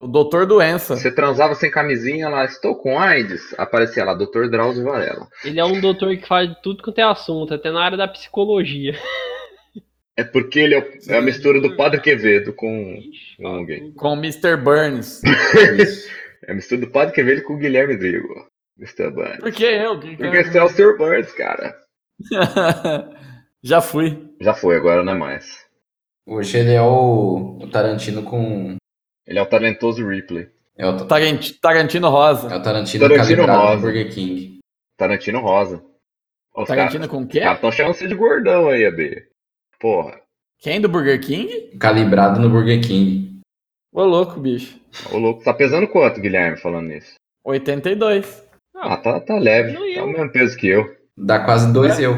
B: o Dr. Doença.
D: Você transava sem camisinha lá, estou com AIDS, aparecia lá, doutor Drauzio Varela.
E: Ele é um doutor que faz tudo quanto é assunto, até na área da psicologia.
D: É porque ele é, o- é a mistura do Padre Quevedo com.
E: Ixi,
D: Com alguém.
B: Com o Mr. Burns.
C: Isso.
D: É a mistura do Padre Quevedo com o Guilherme Drigo. Mr. Burns.
B: Por que eu? Que-
D: Porque esse é o Sr. Burns, cara.
B: <laughs> já fui.
D: Já foi, agora não é mais.
C: Hoje ele é o, o Tarantino com.
D: Ele é o talentoso Ripley.
C: É o,
B: Tarant- Tarantino Rosa.
C: é o Tarantino,
D: Tarantino
C: calibrado
D: Rosa.
C: do Burger King.
D: Tarantino Rosa. Ó, Os caras
B: Tarantino com o quê?
D: estão chamando você de gordão aí, AB. Porra,
B: Quem do Burger King?
C: Calibrado no Burger King.
B: Ô louco, bicho.
D: o louco tá pesando quanto, Guilherme, falando nisso?
B: 82.
D: Ah, tá, tá leve.
E: Não,
D: Tá
E: eu.
D: o mesmo peso que eu.
C: Dá quase dois
B: É.
C: eu.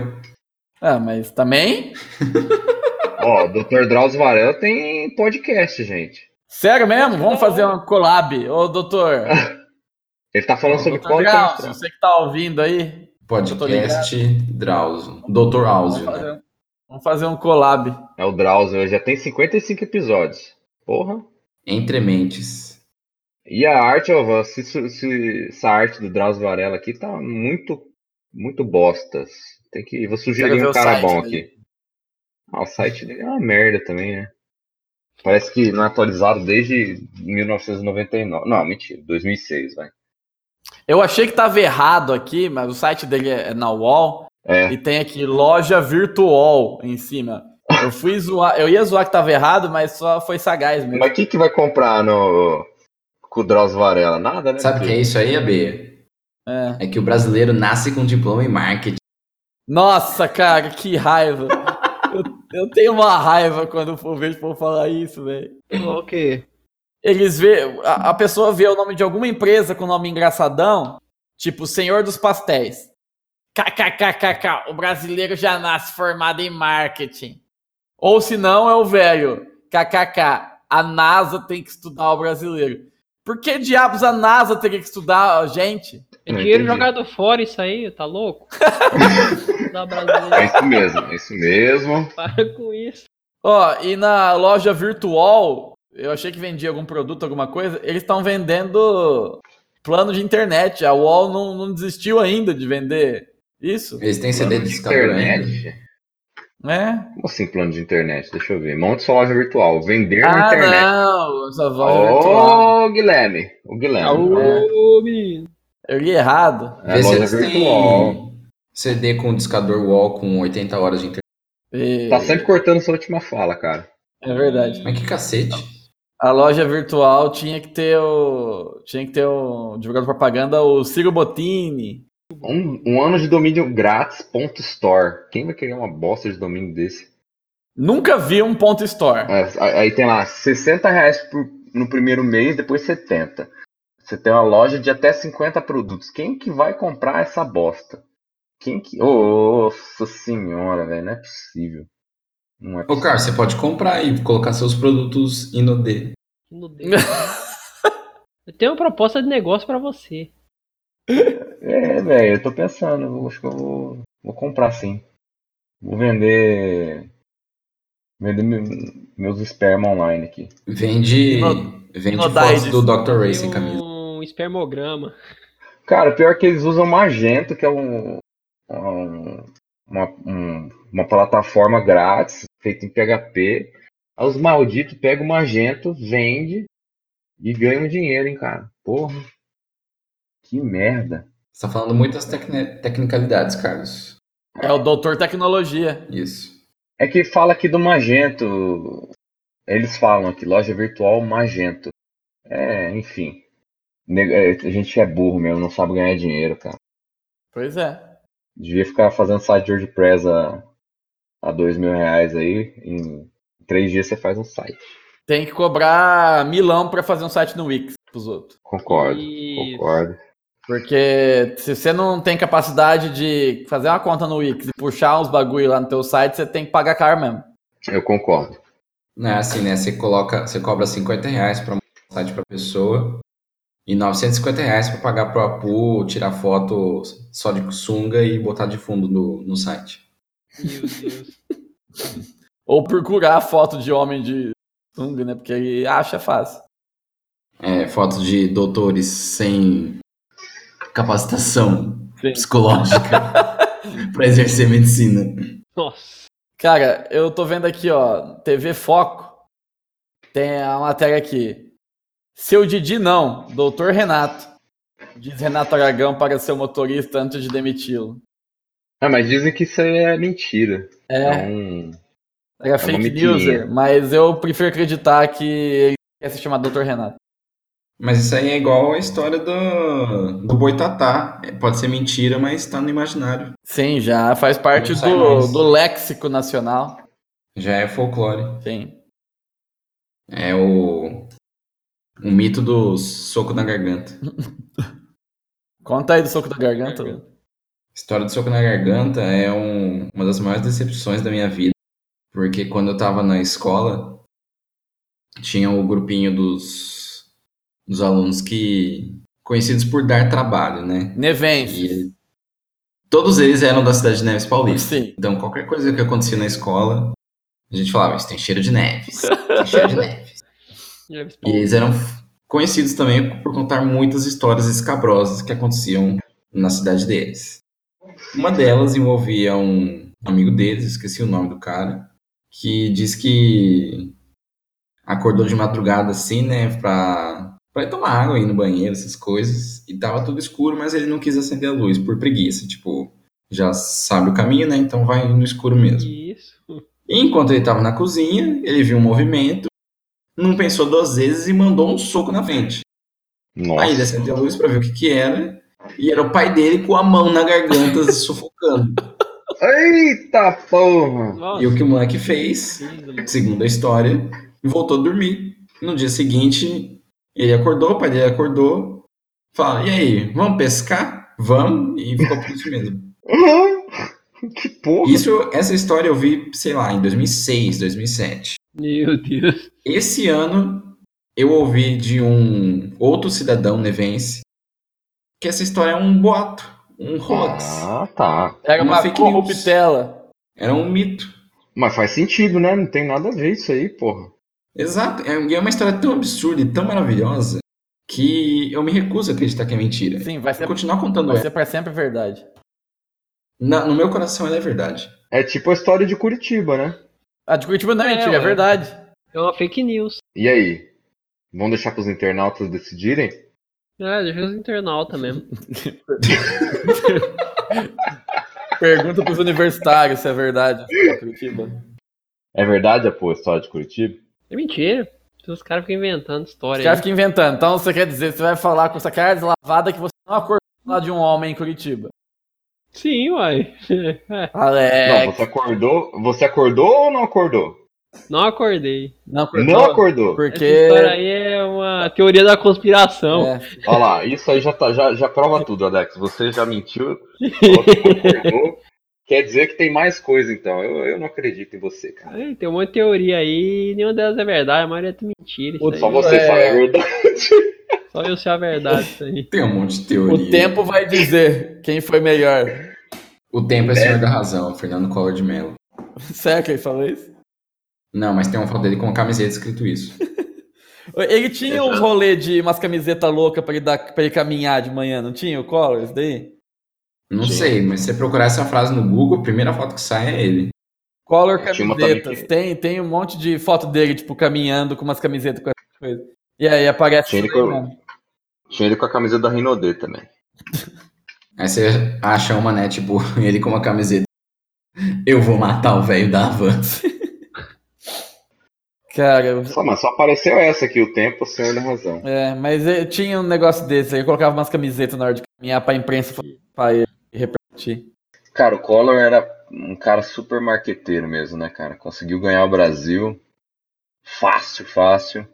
B: Ah, mas também?
D: Ó, o Dr. Drauzio Varela tem podcast, gente.
B: Sério mesmo? Vamos fazer uma collab. Ô, doutor.
D: Ele tá falando sobre
B: Doutor
D: qual
B: Drauzio, você que tá ouvindo aí, Eu tô
C: Podcast
B: ligado.
C: Drauzio. Doutor
B: vamos
C: Áuzio, né?
B: fazer, vamos fazer um collab.
D: É o Drauzio, ele já tem 55 episódios. Porra.
C: Entre mentes.
D: E a arte, ó, se, se- se- essa arte do Drauzio Varela aqui tá muito, muito bostas. Tem que, vou
B: Quero
D: sugerir
B: ver
D: um
B: o
D: cara
B: site
D: bom
B: dele.
D: aqui. Ah, o site dele é uma merda também, né? Parece que não é atualizado desde 1999. Não, mentira, 2006, vai.
B: Eu achei que tava errado aqui, mas o site dele é na UOL
D: É.
B: e tem aqui loja virtual em cima. Eu fui zoar, eu ia zoar que tava errado, mas só foi sagaz mesmo.
D: Mas quem que vai comprar no com o Drauzio Varela? Nada, né?
C: Sabe o que é isso aí, AB?
B: É.
C: É que o brasileiro nasce com diploma em marketing.
B: Nossa, cara, que raiva. Eu, eu tenho uma raiva quando eu for- vejo o povo falar isso, velho.
E: O quê?
B: Eles vê. A, a pessoa vê o nome de alguma empresa com nome engraçadão, tipo Senhor dos Pastéis. KKKKK, o brasileiro já nasce formado em marketing. Ou se não, é o velho. KKK, a NASA tem que estudar o brasileiro. Por que diabos a NASA teria que estudar a gente?
E: É
D: Não
E: dinheiro
D: entendi.
E: jogado fora isso aí, tá louco? da
D: É
E: brasileira.
D: isso mesmo, é isso mesmo.
E: Para com isso.
B: Ó, e na loja virtual, eu achei que vendia algum produto, alguma coisa, eles estão vendendo plano de internet. A UOL não, não desistiu ainda de vender isso,
C: Eles têm CD
D: Plano
C: de
D: de
C: discador ainda.
D: internet?
B: né?
D: Como assim plano de internet? Deixa eu ver. Monte sua loja virtual. Vender na
B: Ah,
D: internet.
B: não, essa
D: Ô,
B: loja é virtual.
D: Guilherme. O Guilherme.
E: Ô, menino.
B: Eu li errado.
D: É a
C: Vê se
D: loja
C: eles
D: virtual.
C: têm CD com discador wall com 80 horas de internet.
B: E-
D: Tá sempre cortando sua última fala, cara.
B: É verdade.
C: Mas que cacete.
B: A loja virtual tinha que ter o. Tinha que ter o divulgado propaganda, o Ciro Bottini.
D: Um, um ano de domínio grátis, ponto store. Quem vai querer uma bosta de domínio desse?
B: Nunca vi um ponto
D: <laughs>
B: store.
D: É, a- aí tem lá, 60 reais por- no primeiro mês, depois 70. Você tem uma loja de até 50 produtos. Quem que vai comprar essa bosta? Quem que... Ô, Nossa senhora, velho, não é possível. Não é
C: Ô,
D: possível.
C: cara, você pode comprar e colocar seus produtos em no D.
B: <laughs>
E: No dedo. Eu tenho uma proposta de negócio pra você.
D: É, velho, eu tô pensando, eu acho que eu vou, vou comprar sim. Vou vender. Vender me- meus esperma online aqui.
C: Vende,
B: Ino-
C: vende
B: Inodides.
C: fotos do Dr. Ray sem camisa.
E: Um espermograma.
D: Cara, pior que eles usam Magento, que é um, um- uma, um- uma plataforma grátis, feita em PHP. Aí Os malditos pegam o Magento, vende e ganham dinheiro, hein, cara. Porra. Que merda.
C: Você tá falando muitas tecni- tecnicalidades, Carlos.
B: É o Doutor Tecnologia.
C: Isso.
D: É que fala aqui do Magento. Eles falam aqui, loja virtual Magento. É, enfim. Ne- é, A gente é burro mesmo, não sabe ganhar dinheiro, cara.
B: Pois é.
D: Devia ficar fazendo site de WordPress a, a dois mil reais aí. Em três dias você faz um site.
B: Tem que cobrar milão pra fazer um site no Wix pros outros.
D: Concordo,
E: Isso.
D: concordo.
B: Porque se você não tem capacidade de fazer uma conta no Wix e puxar uns bagulho lá no teu site, você tem que pagar caro mesmo.
D: Eu concordo.
C: Não é assim, né? Você coloca, você cobra 50 reais pra montar um site pra pessoa e 950 reais pra pagar pro Apu tirar foto só de sunga e botar de fundo no, no site.
E: Meu Deus.
B: Ou procurar foto de homem de sunga, né? Porque ele acha fácil.
C: É, fotos de doutores sem capacitação
E: Sim.
C: psicológica pra exercer medicina.
E: Nossa.
B: Cara, eu tô vendo aqui, ó, TV Foco. Tem a matéria aqui. Seu Didi não, doutor Renato. Diz Renato Aragão para seu motorista antes de demiti-lo.
D: Ah, mas dizem que isso aí é mentira. É
B: É,
D: um-
B: era fake
D: mentirinha.
B: news, é, mas eu prefiro acreditar que ele quer se chamar Doutor Renato.
C: Mas isso aí é igual a história do, do boitatá. É, Pode ser mentira, mas tá no imaginário.
B: Sim, já faz parte
C: Não sai
B: do,
C: mais.
B: do léxico nacional.
C: Já é folclore.
B: Sim.
C: É o, o mito do soco na garganta.
B: Conta aí do soco da garganta. Lu.
C: A história do soco na garganta é um- uma das maiores decepções da minha vida. Porque quando eu tava na escola, tinha o grupinho dos, dos alunos que. conhecidos por dar trabalho, né?
B: Nevense.
C: E todos eles eram da cidade de Neves Paulista.
B: Sim.
C: Então, qualquer coisa que acontecia na escola, a gente falava: Isso tem cheiro de Neves. Tem cheiro de Neves.
E: Já vi
C: E eles eram f- conhecidos também por contar muitas histórias escabrosas que aconteciam na cidade deles. Uma delas envolvia um amigo deles, esqueci o nome do cara, que diz que acordou de madrugada assim, né, pra, pra ir tomar água, ir no banheiro, essas coisas, e tava tudo escuro, mas ele não quis acender a luz por preguiça, tipo, já sabe o caminho, né, então vai no escuro mesmo.
E: Isso.
C: E Enquanto ele estava na cozinha, ele viu um movimento, não pensou duas vezes e mandou um soco na frente. Aí ele
D: Nossa.
C: acendeu a luz para ver o que, que era, e era o pai dele com a mão na garganta se <laughs> sufocando.
D: Eita porra!
E: Nossa,
C: E o que o moleque fez,
E: lindo.
C: segundo a história, voltou a dormir. No dia seguinte, ele acordou, o pai dele acordou, fala, e aí, vamos pescar? Vamos, e ficou por isso mesmo.
D: que porra!
C: Isso, essa história eu vi, sei lá, em 2006, 2007.
E: Meu Deus.
C: Esse ano eu ouvi de um outro cidadão nevense que essa história é um boato, um hoax.
D: Ah, tá.
B: Era
C: Uma
B: uma
C: fake news.
B: corruptela.
C: Era um mito.
D: Mas faz sentido, né? Não tem nada a ver isso aí, porra.
C: Exato. É e é uma história tão absurda e tão maravilhosa que eu me recuso a acreditar que é mentira.
B: Sim, vai ser,
C: Vou continuar contando
B: vai
C: ela.
B: ser pra sempre verdade.
C: Na- no meu coração ela é verdade.
D: É tipo a história de Curitiba, né?
B: A de Curitiba não é,
E: É,
B: mentira, é
E: ué.
B: verdade.
E: É uma fake news.
D: E aí? Vão deixar pros internautas decidirem?
E: É, deixa os internautas mesmo.
B: Pergunta pros universitários se é verdade. se é Curitiba.
D: É verdade a pô, a história de Curitiba?
E: É mentira. Os caras ficam inventando
B: Os
E: história.
B: caras ficam inventando. Então você quer dizer, você vai falar com essa cara deslavada que você não acordou lá de um homem em Curitiba.
E: aí. Sim, uai. <laughs>
D: Não,
B: Alex,
D: você acordou. Você acordou ou não acordou?
E: Não acordei.
B: não acordou.
D: Não acordou.
E: Essa
B: Porque.
E: história aí é uma teoria da conspiração.
B: É,
D: Olha lá, isso aí já, tá- já, já prova tudo, Alex. Você já mentiu. falou que não
B: <laughs>
D: acordou. Quer dizer que tem mais coisa, então. Eu, eu não acredito em você, cara.
E: Ai, Tem um monte de teoria aí, nenhuma delas é verdade, a maioria é tudo mentira. Isso
B: Putz,
E: aí.
D: Só você
B: É.
D: sabe a verdade.
E: Só eu sei a verdade isso aí.
C: Tem um monte de teoria.
B: o tempo vai dizer quem foi melhor. <laughs>
C: O tempo é senhor da razão, Fernando Collor de Mello.
B: Será que ele falou isso?
C: Não, mas tem uma foto dele com uma camiseta escrito isso.
B: Ele tinha um rolê de umas camisetas loucas pra ele, dar, pra ele caminhar de manhã, não tinha o Collor, isso daí?
C: Não
D: Sim.
C: sei, mas se você procurar essa frase no Google, a primeira foto que sai é ele.
B: Collor
D: É, Tinha uma também
B: camisetas.
D: que-
B: Tem, tem um monte de foto dele, tipo, caminhando com umas camisetas com essas coisas. E aí aparece. né?
D: Tinha ele com, tinha ele com a camisa da Rinodê também.
C: Aí você acha uma, né, tipo, <laughs> ele com uma camiseta. Eu vou matar o velho da van.
B: Cara,
D: Só, mas só apareceu essa aqui, o tempo, o senhor da razão.
B: É, mas eh, tinha um negócio desse, aí eu colocava umas camisetas na hora de caminhar pra imprensa falar pra ele e repetir.
D: Cara, o Collor era um cara super marqueteiro mesmo, né, cara? Conseguiu ganhar o Brasil. Fácil, fácil.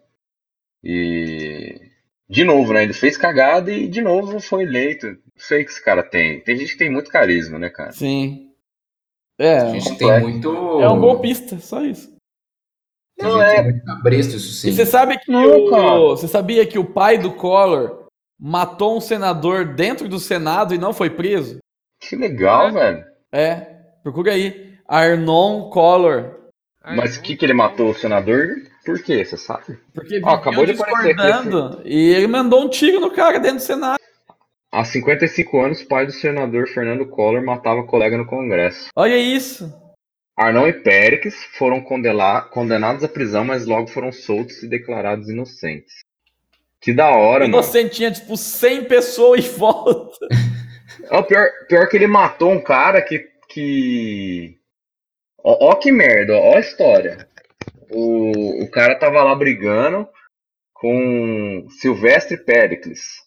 D: E. De novo, né? Ele fez cagada e de novo foi eleito. Não sei o que esse cara tem. Tem gente que tem muito carisma, né, cara?
B: Sim. É,
C: A gente tem
D: Complexo.
C: muito.
B: é um golpista, só isso.
C: A gente
D: Não, é.
C: tem muito cabresto, isso sim.
B: E você sabe que
D: Não,
B: o-
D: cara.
B: você sabia que o pai do Collor matou um senador dentro do Senado e não foi preso?
D: Que legal, velho.
B: É, procura aí. Arnon Collor.
E: é
D: Mas o que, que ele matou o senador? Por quê? Você sabe?
B: Porque
D: Ó, acabou
B: viviam
D: de aparecer aqui,
B: discordando e ele mandou um tiro no cara dentro do Senado.
D: Há 55 anos, o pai do senador Fernando Collor matava colega no Congresso.
B: Olha isso.
D: Arnão e Péricles foram condela- condenados à prisão, mas logo foram soltos e declarados inocentes. Que da hora, mano.
B: Inocente tinha tipo 100 pessoas em volta.
D: É o pior, pior que ele matou um cara que. que... Ó, ó que merda, ó, ó a história. O, o cara tava lá brigando com Silvestre Péricles.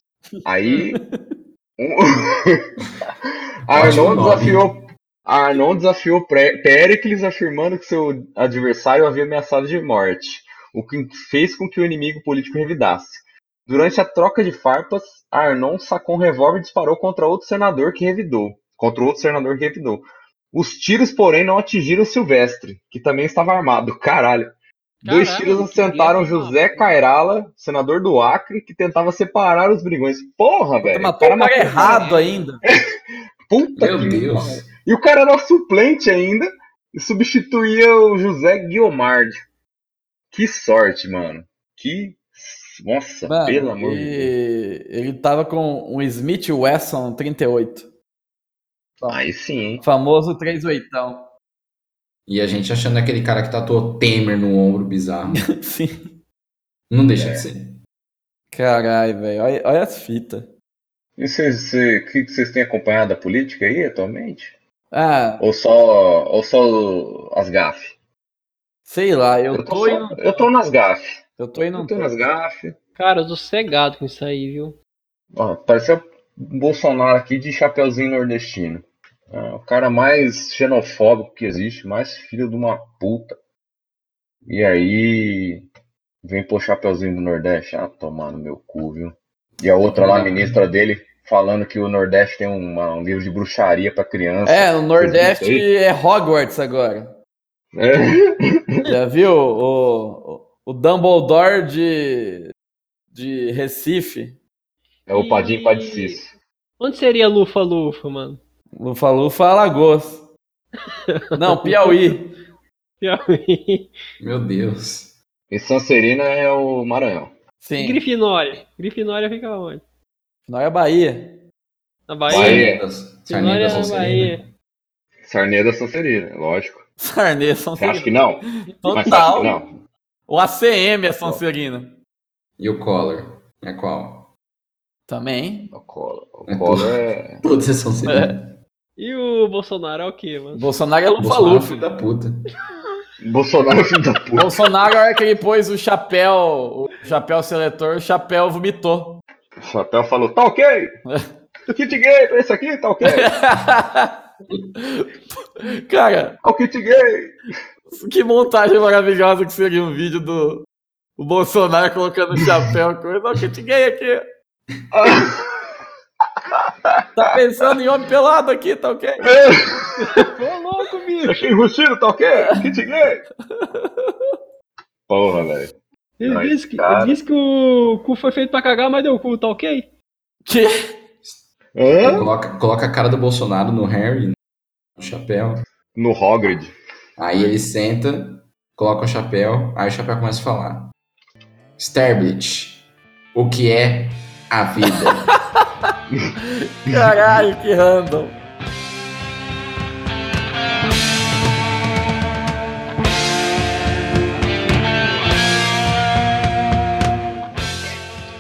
D: Aí. um- <laughs>
C: Ótimo
D: Arnon
C: nome.
D: desafiou. Arnon desafiou Pré- Péricles afirmando que seu adversário o havia ameaçado de morte, o que fez com que o inimigo político revidasse. Durante a troca de farpas, Arnon sacou um revólver e disparou contra outro senador que revidou. Contra outro senador que revidou. Os tiros, porém, não atingiram Silvestre, que também estava armado. Caralho. Dois
E: Caralho,
D: tiros
E: que
D: acertaram
E: guerra,
D: José Cairala, senador do Acre, que tentava separar os brigões. Porra, velho.
B: Matou o cara
D: matou- um
B: errado ainda.
D: Puta que
C: Meu Deus.
D: E o cara era suplente ainda e substituía o José Guiomard. Que sorte, mano. Que. Nossa,
B: Mano,
D: É, pelo amor de Deus.
B: e... Ele tava com um Smith Wesson 38.
D: Aí sim, hein?
B: Famoso 38.
C: E a gente achando aquele cara que tatuou Temer no ombro bizarro.
B: <laughs> Sim.
C: Não deixa de ser.
B: Caralho, velho. Olha, olha as fitas.
D: E vocês, cê- que que vocês têm acompanhado a política aí atualmente?
B: Ah,
D: Ou só, ou só o- as gafes?
B: sei lá, eu
D: tô,
B: tô
D: só-
B: indo.
D: eu tô nas gafes.
B: Eu tô indo. um
D: Eu tô nas gafes.
E: Cara, eu tô cegado com isso aí, viu?
D: Ó, pareceu o Bolsonaro aqui de chapeuzinho nordestino. É, o cara mais xenofóbico que existe, mais filho de uma puta. E aí vem pôr chapeuzinho do Nordeste. Ah, tomar no meu cu, viu? E a outra lá, a ministra dele, falando que o Nordeste tem uma- um livro de bruxaria pra criança.
B: É, o
D: Vocês viram
B: Nordeste é Hogwarts agora.
D: isso aí?
B: Já viu o, o, o Dumbledore de, de Recife?
D: <laughs> É, é o Padim Padicício.
E: Onde seria Lufa-Lufa, mano?
B: Lufa Lufa Alagoas. Não, Piauí.
E: Piauí.
C: Meu Deus.
D: E Sancerina é o Maranhão.
E: E
B: Sim.
E: Grifinória? Grifinória fica onde?
B: Nós é Bahia.
E: Na
D: Bahia.
E: Bahia?
C: Sarninha da
E: Glória na Bahia.
C: Sonserina.
D: Sarneda é Sancerina, lógico.
B: Sarnê, é São
D: Você acha que não? Mas você acha que
B: Total.
D: não?
B: O ACM é Sonserina.
C: E o Collor? É qual?
B: Também.
D: O Collor, o Collor é...
C: Todos é Sonserina.
E: E o Bolsonaro é o quê, mano?
B: Bolsonaro é Lufa
C: Bolsonaro,
B: Lufa.
C: filho da puta.
D: Bolsonaro é filho da puta.
B: Bolsonaro, a hora que ele pôs o chapéu, o chapéu seletor, o chapéu vomitou.
D: <laughs> O chapéu falou, tá <laughs> ok! Kit gay pra isso aqui, <laughs> tá ok!
B: Cara,
D: É o kit gay! <laughs>
B: que montagem maravilhosa que seria um vídeo do o Bolsonaro colocando o chapéu, coisa. Olha o kit gay aqui. <laughs> Tá pensando em homem pelado aqui, tá ok?
E: Ô, louco, bicho!
D: Achei enrustido, tá ok? Kit gay! Porra, velho.
E: Ele
D: Ai,
E: disse que,
D: cara.
E: ele disse que o cu foi feito pra cagar, mas deu cu, tá ok?
B: Que
D: Hã?
C: Coloca, coloca a cara do Bolsonaro no Harry, no chapéu.
D: No Hogrid.
C: Aí ele senta, coloca o chapéu, aí o chapéu começa a falar. Sterblit, o que é a vida?
B: caralho, que random.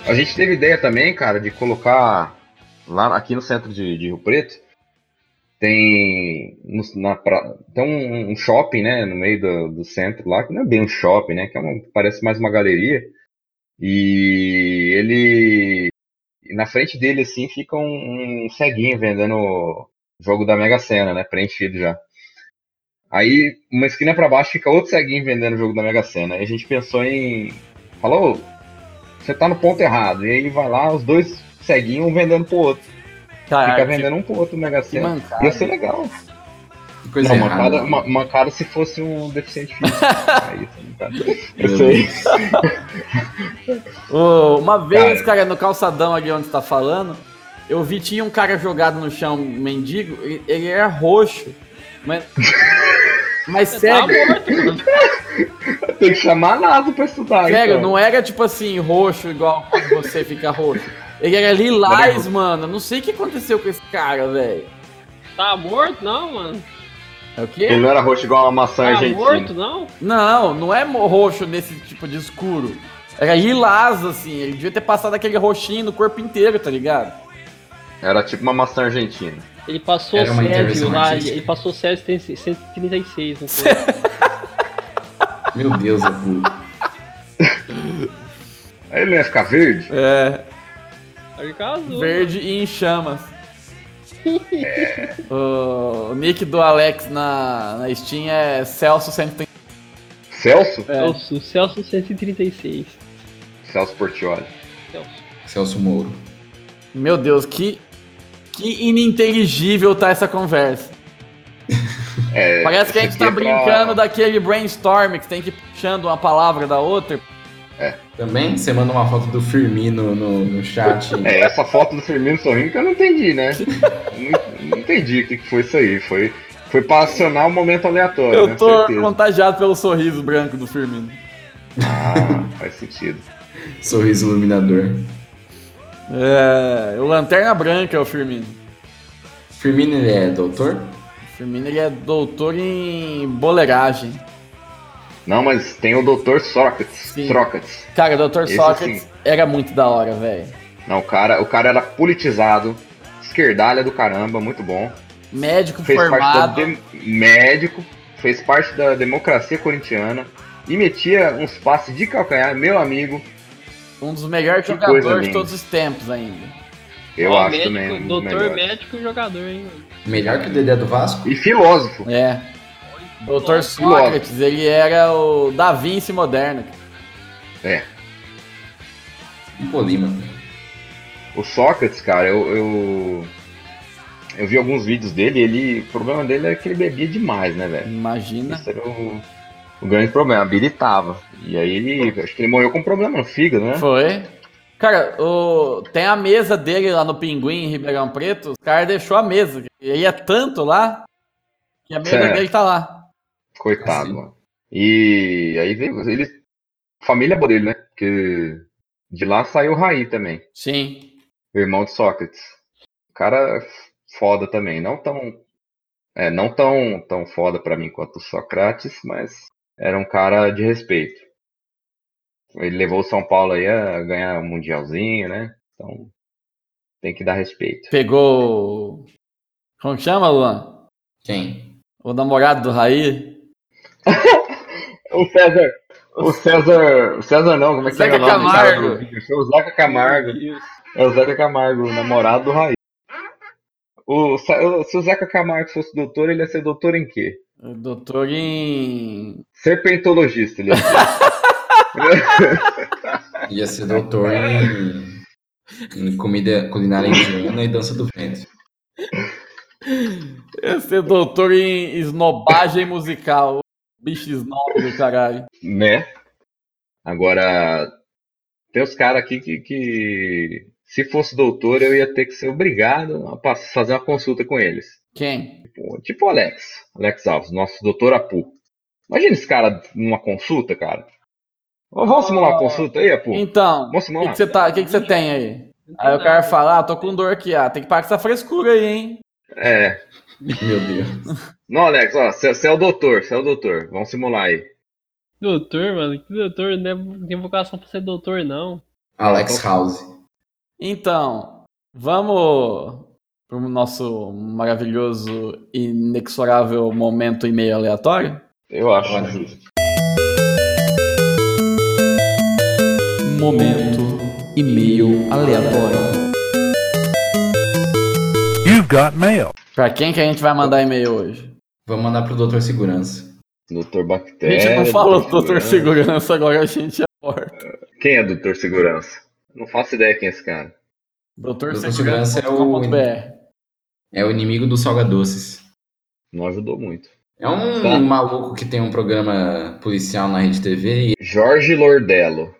D: A gente teve ideia também, cara, de colocar lá aqui no centro de, de Rio Preto. Tem, no- na, pra- tem um, um shopping, né, no meio do, do centro lá, que não é bem um shopping, né, que é uma- parece mais uma galeria. E ele, e na frente dele, assim, fica um, um ceguinho vendendo jogo da Mega Sena, né, preenchido já. Aí, uma esquina pra baixo, fica outro ceguinho vendendo jogo da Mega Sena. Aí a gente pensou em, falou, você tá no ponto errado. E aí ele vai lá, os dois ceguinhos, um vendendo pro outro. Fica
B: Caralho,
D: vendendo um pro outro Mega
B: que
D: Sena.
B: mancada.
D: Ia ser legal.
C: Que coisa
D: Não,
B: é.
C: errada.
D: mancada, ma- mancada se fosse um deficiente
B: <laughs>
D: físico. aí, tá ligado? Eu
C: Meu
D: sei.
B: Ô, uma vez, cara, no calçadão ali onde você tá falando, eu vi tinha um cara jogado no chão, um mendigo, e- ele era roxo. Mas. Mas
E: Tá
B: sério,
E: morto, mano.
D: Tem que chamar a NASA pra estudar.
B: sério,
D: então.
B: não era tipo assim, roxo igual quando você fica roxo. Ele era lilás, mano. Eu Não sei o que aconteceu com esse cara, velho.
E: Tá morto, não, mano?
B: É o
D: Ele
B: quê?
D: não era roxo igual uma maçã
E: Tá
D: argentina.
E: morto, não?
B: Não, não é mo- roxo nesse tipo de escuro. Era lilás, assim. Ele devia ter passado aquele roxinho no corpo inteiro, tá ligado?
D: Era tipo uma maçã argentina.
E: Ele passou
C: Era uma
E: Césio
C: intervenção
E: lá,
C: artística.
E: ele passou Césio 136, não
B: <laughs>
E: foi?
C: Meu Deus, é burro.
D: Aí ele não ia ficar verde?
B: É.
E: Aí casou.
B: Verde e em chamas. o, o nick do Alex na, na Steam é Celso 130.
D: Celso?
B: é.
E: Celso, Celso 136.
D: Celso Portioli.
E: Celso.
C: Celso Moro.
B: um. Meu Deus, que, que ininteligível tá essa conversa.
D: É,
B: Parece que a
D: isso
B: gente tá
D: aqui é pra-
B: brincando daquele brainstorm que você tem que ir puxando uma palavra da outra.
C: Também você manda uma foto do Firmino no, no chat.
D: É, essa foto do Firmino sorrindo que eu não entendi,
B: <laughs>
D: né? não, não entendi o que que foi isso aí. Foi, foi pra acionar um momento aleatório, né?
B: Eu tô
D: Certeza.
B: contagiado pelo sorriso branco do Firmino.
D: Ah, faz sentido.
C: Sorriso iluminador.
B: É, o Lanterna Branca é o Firmino.
C: Firmino, ele é doutor?
B: O Firmino ele é doutor em boleiragem.
D: Não, mas tem o Dr. Sócrates.
B: Sim.
D: Sócrates.
B: Cara, o Dr.
D: Esse
B: Sócrates
D: sim.
B: era muito da hora, velho.
D: Não, o cara, o cara era politizado, esquerdalha do caramba, muito bom.
B: Médico
D: Fez
B: formado.
D: parte da de- médico, fez parte da democracia corintiana e metia uns passes de calcanhar, meu amigo.
B: Um dos melhores
D: Que coisa
B: jogadores de
D: linda.
B: todos os tempos ainda.
D: Eu
E: Ó,
D: acho
E: médico,
D: também. um dos
E: Doutor,
D: melhores.
E: médico e jogador, hein? mano?
C: Melhor que o Dedé do Vasco?
D: E filósofo.
B: É. Doutor
E: Nossa,
B: Sócrates, ele era o Da Vinci moderno.
D: É.
C: E Polima.
D: O Sócrates, cara, eu, eu. eu vi alguns vídeos dele, ele. O problema dele era que ele bebia demais, né, velho?
B: Imagina.
D: Esse era o, o grande problema, habilitava. E aí ele. Acho que ele morreu com um problema no fígado, né?
B: Foi. Cara, o... tem a mesa dele lá no Pinguim, em Ribeirão Preto. Os caras deixou a mesa. Ele é tanto lá que a mesa
D: É.
B: dele tá lá.
D: Coitado,
C: Assim.
D: mano. E aí veio. Ele. Família boa dele, né? Porque de lá saiu o Raí também,
B: Sim.
D: o irmão de Sócrates. O cara é foda também. Não tão. É, não tão, tão foda pra mim quanto o Sócrates, mas era um cara de respeito. Ele levou o São Paulo aí a ganhar um mundialzinho, né? Então tem que dar respeito.
B: Pegou. o- Como que chama, Luan?
C: Quem?
B: O namorado do Raí?
D: O César. O César. O César não, como é que
B: Zeca
D: é o nome do cara do
B: Camargo.
D: vídeo? O Zeca Camargo. É o Zeca Camargo, o namorado do Raí. O, Sa- o- se o Zeca Camargo fosse doutor, ele ia ser doutor em quê?
B: O Doutor em.
D: Serpentologista, ele
B: <laughs>
D: ia ser.
C: Ia ser doutor em, em comida culinária indiana e dança do vento.
B: Ia ser doutor em esnobagem musical. Bicho esnob do caralho.
D: né? Agora, tem os caras aqui que, que, se fosse doutor, eu ia ter que ser obrigado a pass- fazer uma consulta com eles.
B: Quem?
D: Tipo, tipo o Alex, Alex Alves, nosso doutor Apu. Imagina esse cara numa consulta, cara. Ô, Vamos simular uma consulta aí, Apu?
B: Ah. Então, o
D: Vamos simular.
B: que, que você tá, que, que você tem aí?
E: não tem
B: Aí o cara
E: nada.
B: fala, ah, tô com dor aqui, ah, tem que parar com essa frescura aí, hein?
D: É,
C: Meu Deus.
D: Não, Alex, ó, você você é o doutor, você é o doutor. Vamos simular aí.
E: Doutor, mano, que doutor? Não é- não tem vocação pra ser doutor, não.
C: Alex House.
B: Então, vamos pro nosso maravilhoso, inexorável momento e meio aleatório?
D: Eu acho.
C: Olha.
D: justo.
B: Momento e meio aleatório.
G: You've got mail.
B: Pra quem que a gente vai mandar e-mail hoje?
C: Vamos mandar pro doutor segurança.
D: Doutor
B: A gente
D: Bactéria.
C: É,
B: não falou do doutor
D: Segurança.
B: segurança, agora a gente aborta.
D: Quem é doutor segurança? Não faço ideia quem é esse cara.
B: Doutor
C: Doutor Segurança é o-
B: segurança.com.br.
C: É o inimigo do Salga Doces.
D: Não ajudou muito.
C: É um
D: Tá.
C: maluco que tem um programa policial na Rede TV e
D: Jorge Lordello.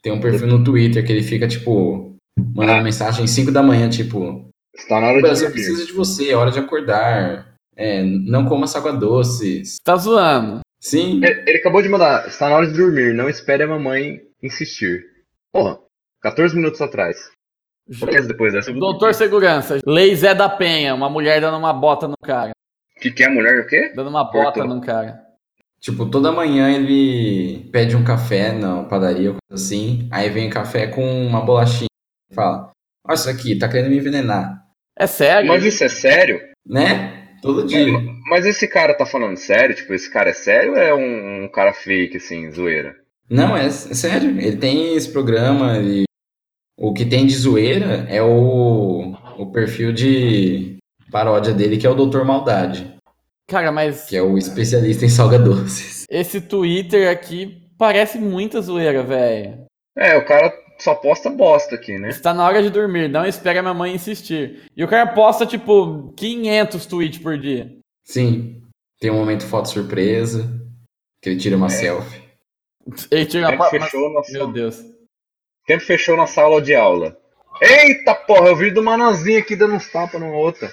C: tem um perfil no Twitter que ele fica, tipo, mandando
D: Ah.
C: mensagem às 5 da manhã, tipo,
D: Está na
C: o
D: hora de
C: Brasil
D: dormir.
C: precisa de você, é hora de acordar. É, não coma água doce.
B: Tá zoando.
C: Sim.
D: Ele ele acabou de mandar. Está na hora de dormir. Não espere a mamãe insistir. Porra, 14 minutos atrás. Só que é depois dessa. eu vou
B: Doutor
D: dormir.
B: Segurança, Lei Zé da Penha, uma mulher dando uma bota no cara.
D: Que que é mulher o quê?
B: Dando uma bota
D: Cortou.
B: num cara.
C: Tipo, toda manhã ele pede um café na padaria ou coisa assim, aí vem café com uma bolachinha. Ele Fala, olha isso aqui, tá querendo me envenenar.
B: É sério?
D: Mas isso é sério?
C: Né?
D: É.
C: Todo dia.
D: Mas esse cara tá falando sério? Tipo, esse cara é sério ou é um, um cara fake, assim, zoeira?
C: Não, é, é sério. Ele tem esse programa e o que tem de zoeira é o, o perfil de paródia dele, que é o Doutor Maldade,
B: Cara, mas
C: que é o especialista em salga doces. <laughs>
B: esse Twitter aqui parece muita zoeira, velho.
D: É, o cara só posta bosta aqui, né?
B: Está Tá na hora de dormir, não espere a mamãe insistir. E o cara posta, tipo, 500 tweets por dia.
C: Sim. Tem um momento foto surpresa, que ele
D: É.
C: tira uma selfie.
B: Ele tira uma foto.
D: Sempre
B: mas-
D: fechou, nossa,
B: Meu Deus.
D: sempre fechou nossa aula de aula. Eita porra, eu vi do Mananzinho aqui dando uns tapas numa outra.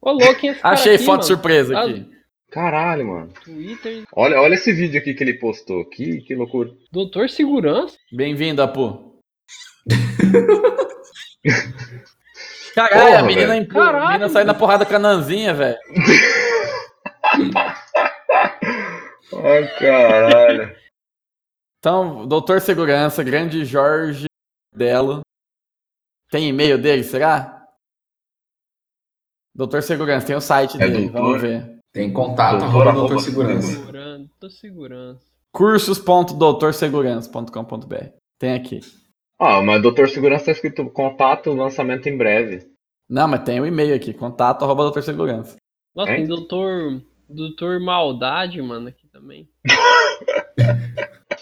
E: Ô, louco, quem é esse cara
B: Achei
E: aqui,
B: foto
E: mano? tá-
B: surpresa aqui.
D: Caralho, mano.
E: Twitter,
D: Olha, olha esse vídeo aqui que ele postou. Que, que loucura.
E: doutor segurança?
B: Bem-vindo,
D: <laughs>
B: Apu. Caralho,
D: Porra,
B: a menina,
D: velho.
B: em- a menina
E: Caralho.
B: sai na porrada com a Nanzinha, velho.
D: Ai, caralho.
B: Então, doutor segurança, grande Jorge Delo. Tem e-mail dele, será? Doutor segurança, tem o site
D: É
B: dele,
D: doutor?
B: vamos ver.
C: Tem contato,
D: Doutor,
C: arroba
D: arroba,
C: doutor segurança.
E: Segurança, doutor segurança.
B: cursos.doutorsegurança.com.br. Tem aqui.
D: Ah, mas Doutor Segurança tá escrito contato, lançamento em breve.
B: Não, mas tem o e-mail aqui, contato arroba doutor segurança.
E: Nossa,
D: Hein?
E: tem doutor, doutor Maldade, mano, aqui também.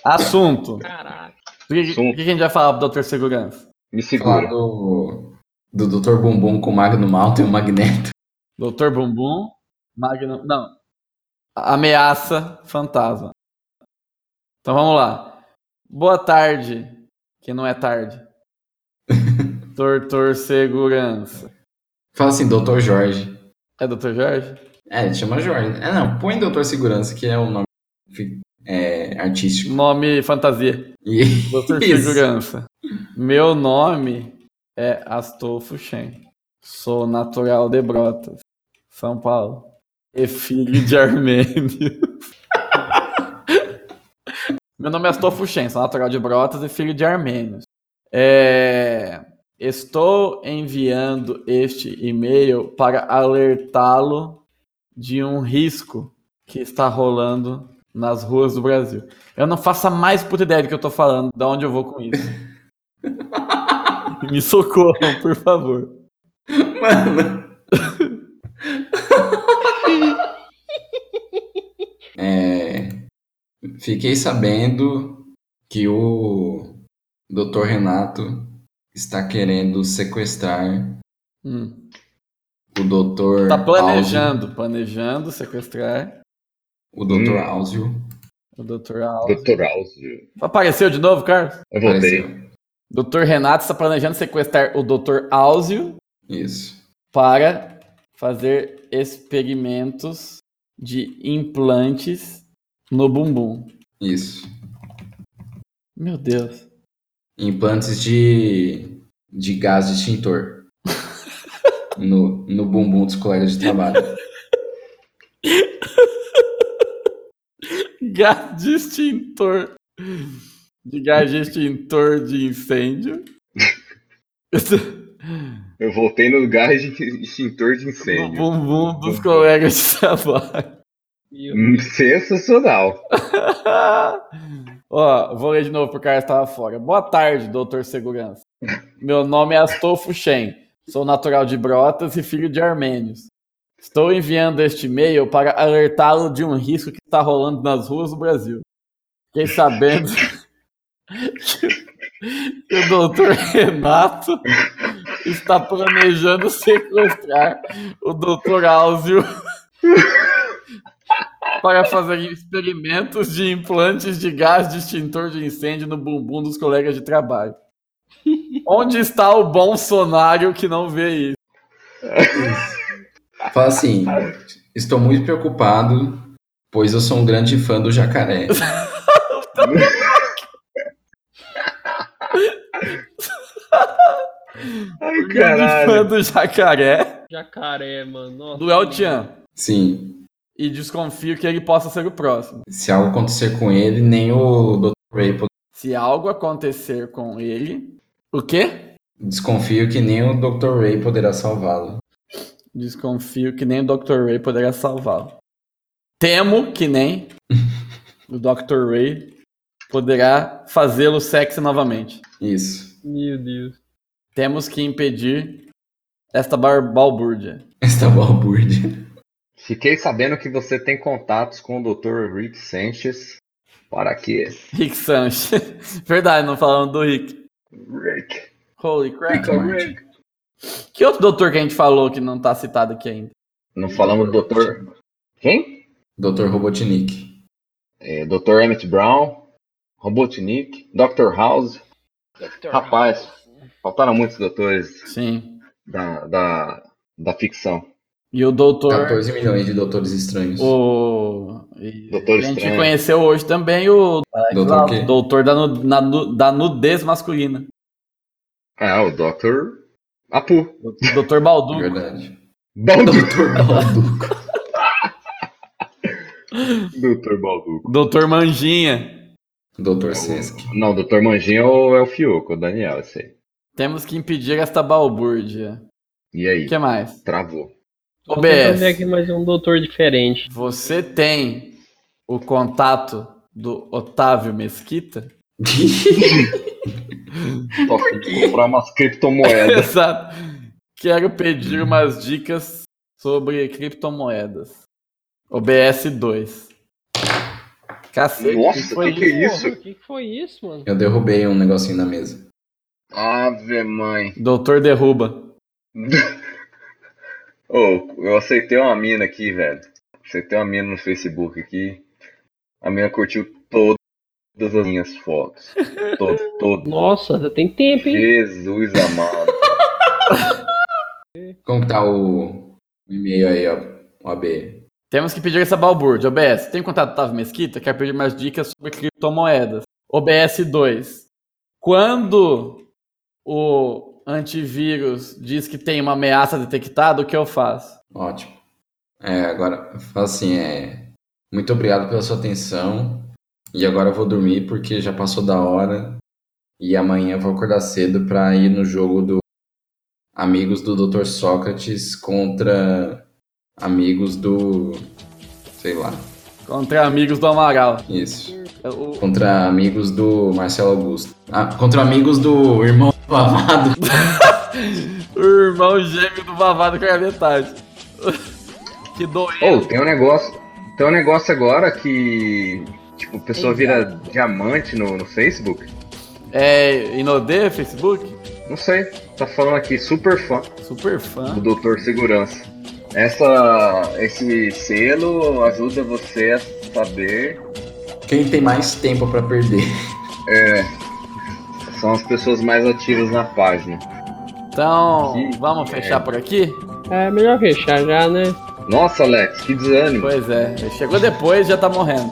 B: Assunto.
E: Caraca.
B: O que,
D: Assunto.
B: o que a gente vai falar pro doutor segurança?
D: Me
C: Falar
D: segura.
C: do, do Dr. Bumbum com o Magno Malta e o Magneto. <laughs>
B: Doutor Bumbum, Magno... Não. A- Ameaça fantasma. Então vamos lá. Boa tarde, que não é tarde. Doutor segurança.
C: Fala assim, Dr. Jorge.
B: É doutor Jorge?
C: É, ele chama Jorge. né? É, não, põe Dr. Segurança, que é o nome fi- é, artístico.
B: Nome fantasia.
C: E
B: Doutor
C: Isso.
B: Segurança. Meu nome é Astolfo Shen. Sou natural de Brotas, São Paulo. E filho de <laughs> armênio. Meu nome é Astolfo Shen, sou natural de Brotas e filho de armênios. É, Estou enviando este e-mail para alertá-lo de um risco que está rolando nas ruas do Brasil. Eu não faço a mais puta ideia do que eu tô falando, de onde eu vou com isso. Me socorram, por favor.
C: Mano. <laughs> É, fiquei sabendo que o Dr. Renato está querendo sequestrar
B: Hum.
C: o Dr.
B: Tá
C: Áuzio-
B: planejando, planejando sequestrar
C: o Dr.
D: Hum.
C: Áuzio.
B: o Dr. Alves.
D: Doutor Áuzio.
B: Apareceu de novo, Carlos?
D: Eu voltei.
C: Apareceu.
B: Dr. Renato está planejando sequestrar o Dr. Áuzio
C: Isso.
B: para fazer experimentos de implantes no bumbum.
C: Isso.
B: Meu Deus.
C: Implantes de, de
B: <laughs>
C: gás extintor no, no bumbum dos colegas de trabalho.
B: Gás de extintor. De gás de extintor de incêndio. <laughs>
D: Eu voltei no gás de extintor de
B: No
D: incêndio.
B: bumbum dos
D: Bumbum.
B: colegas de trabalho.
E: E o-
D: Hum, Sensacional.
B: <laughs> Ó, vou ler de novo pro cara que tava fora. Boa tarde, doutor Segurança. Meu nome é Astolfo Shen. Sou natural de Brotas e filho de armênios. Estou enviando este e-mail para alertá-lo de um risco que está rolando nas ruas do Brasil. Fiquei sabendo <laughs> que o doutor Renato está planejando sequestrar o doutor Áuzio para fazer experimentos de implantes de gás de extintor de incêndio no bumbum dos colegas de trabalho. Onde está o Bolsonaro que não vê isso?
C: Fala assim: estou muito preocupado, pois eu sou um grande fã do jacaré.
D: Ai,
B: Fã
D: caralho.
B: do jacaré,
E: jacaré, mano. Nossa,
B: do El Chan.
C: Sim,
B: E desconfio que ele possa ser o próximo.
C: se algo acontecer com ele, nem o Dr. Ray po-
B: Se algo acontecer com ele. O quê?
C: Desconfio que nem o Dr. Ray poderá salvá-lo.
B: Desconfio que nem o Dr. Ray poderá salvá-lo. Temo que nem o Dr. Ray poderá fazê-lo sexy novamente.
C: Isso. <laughs>
E: Meu Deus.
B: Temos que impedir esta bar balbúrdia.
C: Esta balbúrdia.
D: Fiquei sabendo que você tem contatos com o Dr. Rick Sanchez. Para que?
B: Rick Sanchez. <laughs> Verdade, não falamos do Rick.
D: Rick.
B: Holy crap.
C: Rick Martin.
B: Que outro doutor que a gente falou que não tá citado aqui ainda?
D: Não falamos do Dr. Quem?
C: Dr. Robotnik.
D: É, Dr. Emmett Brown, Robotnik, Dr. House. Rapaz, faltaram muitos doutores
B: Sim.
D: da, da, da ficção.
B: E o doutor.
C: 14 milhões de doutores estranhos.
B: O... e
D: Doutor
B: a gente
D: Estranho.
B: conheceu hoje também o
C: Doutor o quê?
B: doutor da, nu- na nu- da nudez masculina.
D: Ah, o Dr. Apu.
B: O doutor Baldu.
C: É <laughs> Verdade.
D: Baldu.
C: Dr. Balduco.
D: <laughs> Dr. Baldu.
B: Doutor Manjinha.
C: Dr. Sesc. <laughs>
D: Não, Dr. Manjinho é o, é o Fioco, o Daniel, esse aí.
B: Temos que impedir esta balbúrdia.
D: E
B: O
D: aí?
B: que mais?
D: Travou.
E: Tô tentando
B: OBS.
E: ver aqui mais um doutor diferente.
B: Você tem o contato do Otávio
D: <laughs>
B: Mesquita? <laughs>
D: Só tem que comprar umas criptomoedas.
B: Exato. Quero pedir umas dicas sobre criptomoedas. OBS2. Cacete,
D: Nossa,
B: que foi
D: que é
B: isso?
D: isso?
E: O que que foi isso, mano?
C: Eu derrubei um negocinho na mesa.
D: Ave mãe.
B: Doutor derruba.
D: Ô, eu aceitei uma mina aqui, velho. Aceitei uma mina no Facebook aqui. A mina curtiu todas as minhas fotos. Todas, todas.
E: Nossa, já tem tempo, hein?
D: Jesus amado.
C: Como que tá o, o e-mail aí, ó? OAB.
B: Temos que pedir essa balbúrdia. OBS, tem contato do Otávio Mesquita? Quer pedir umas dicas sobre criptomoedas. OBS2. Quando o antivírus diz que tem uma ameaça detectada, o que eu faço?
C: Ótimo. É, agora, fala assim, é. Muito obrigado pela sua atenção. E agora eu vou dormir porque já passou da hora. E amanhã eu vou acordar cedo pra ir no jogo do Amigos do Dr. Sócrates contra amigos do. Sei lá.
B: Contra amigos do Amaral.
C: Isso.
B: É o-
C: Contra amigos do Marcelo Augusto. Ah, contra amigos do irmão do Amado.
B: O irmão gêmeo do babado com a metade. <laughs> que doente.
D: Ô, tem um negócio. Tem um negócio agora que. Tipo, a pessoa vira diamante no, no Facebook.
B: É Inodê, Facebook?
D: Não sei. Tá falando aqui, super fã.
B: Super fã.
D: do Doutor Segurança. Essa, esse selo ajuda você a saber.
C: Quem tem mais tempo pra perder?
D: São as pessoas mais ativas na página.
B: Então,
D: Que
B: vamos fechar por aqui?
E: É melhor fechar já, né?
D: Nossa, Alex, que desânimo.
B: Pois é, ele chegou depois já tá morrendo.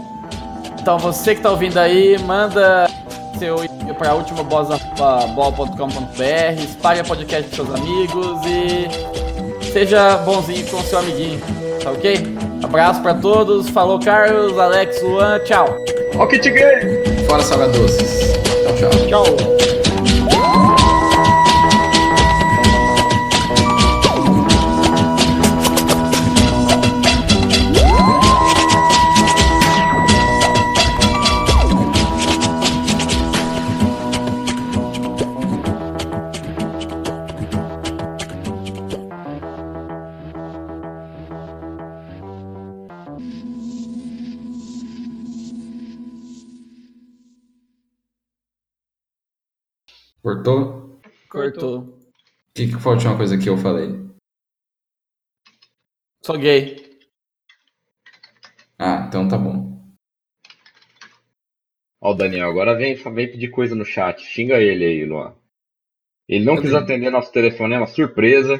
B: Então você que tá ouvindo aí, manda seu e-mail pra ultimabola.com.br, espalhe o podcast pros seus amigos e seja bonzinho com seu amiguinho, tá ok? Abraço pra todos, falou Carlos, Alex, Luan, tchau!
D: Ó, que te ganha!
C: Fora Salga Doces. Tchau, tchau.
E: Tchau.
C: Cortou?
B: Cortou.
C: O que, que foi a última coisa que eu falei?
B: Sou gay.
C: Ah, então tá bom.
D: Ó, o Daniel, agora vem, vem pedir coisa no chat. Xinga ele aí, Luan. Ele não quis atender nosso telefone, é uma surpresa.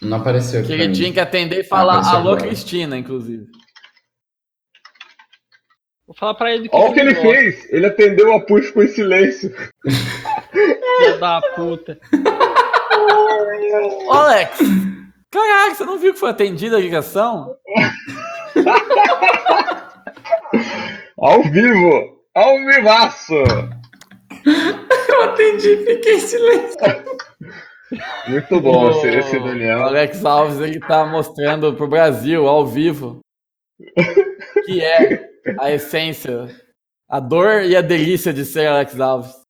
C: Não apareceu aqui.
B: Que
C: pra
B: ele
C: mim.
B: tinha que atender e falar
C: pensei
B: alô
C: agora.
B: Cristina, inclusive.
E: Vou falar pra ele do que
D: Olha o que ele
E: gosta,
D: fez! Ele atendeu o apoio e ficou em silêncio.
E: filha da puta.
B: Ô, Alex! Caraca, você não viu que foi atendida a ligação?
D: Ao vivo! Ao vivaço! Eu atendi, fiquei em silêncio. Muito bom esse, esse
B: O
D: Daniel.
B: Alex Alves ele tá mostrando pro Brasil ao vivo que é a essência, a dor e a delícia de ser Alex Alves.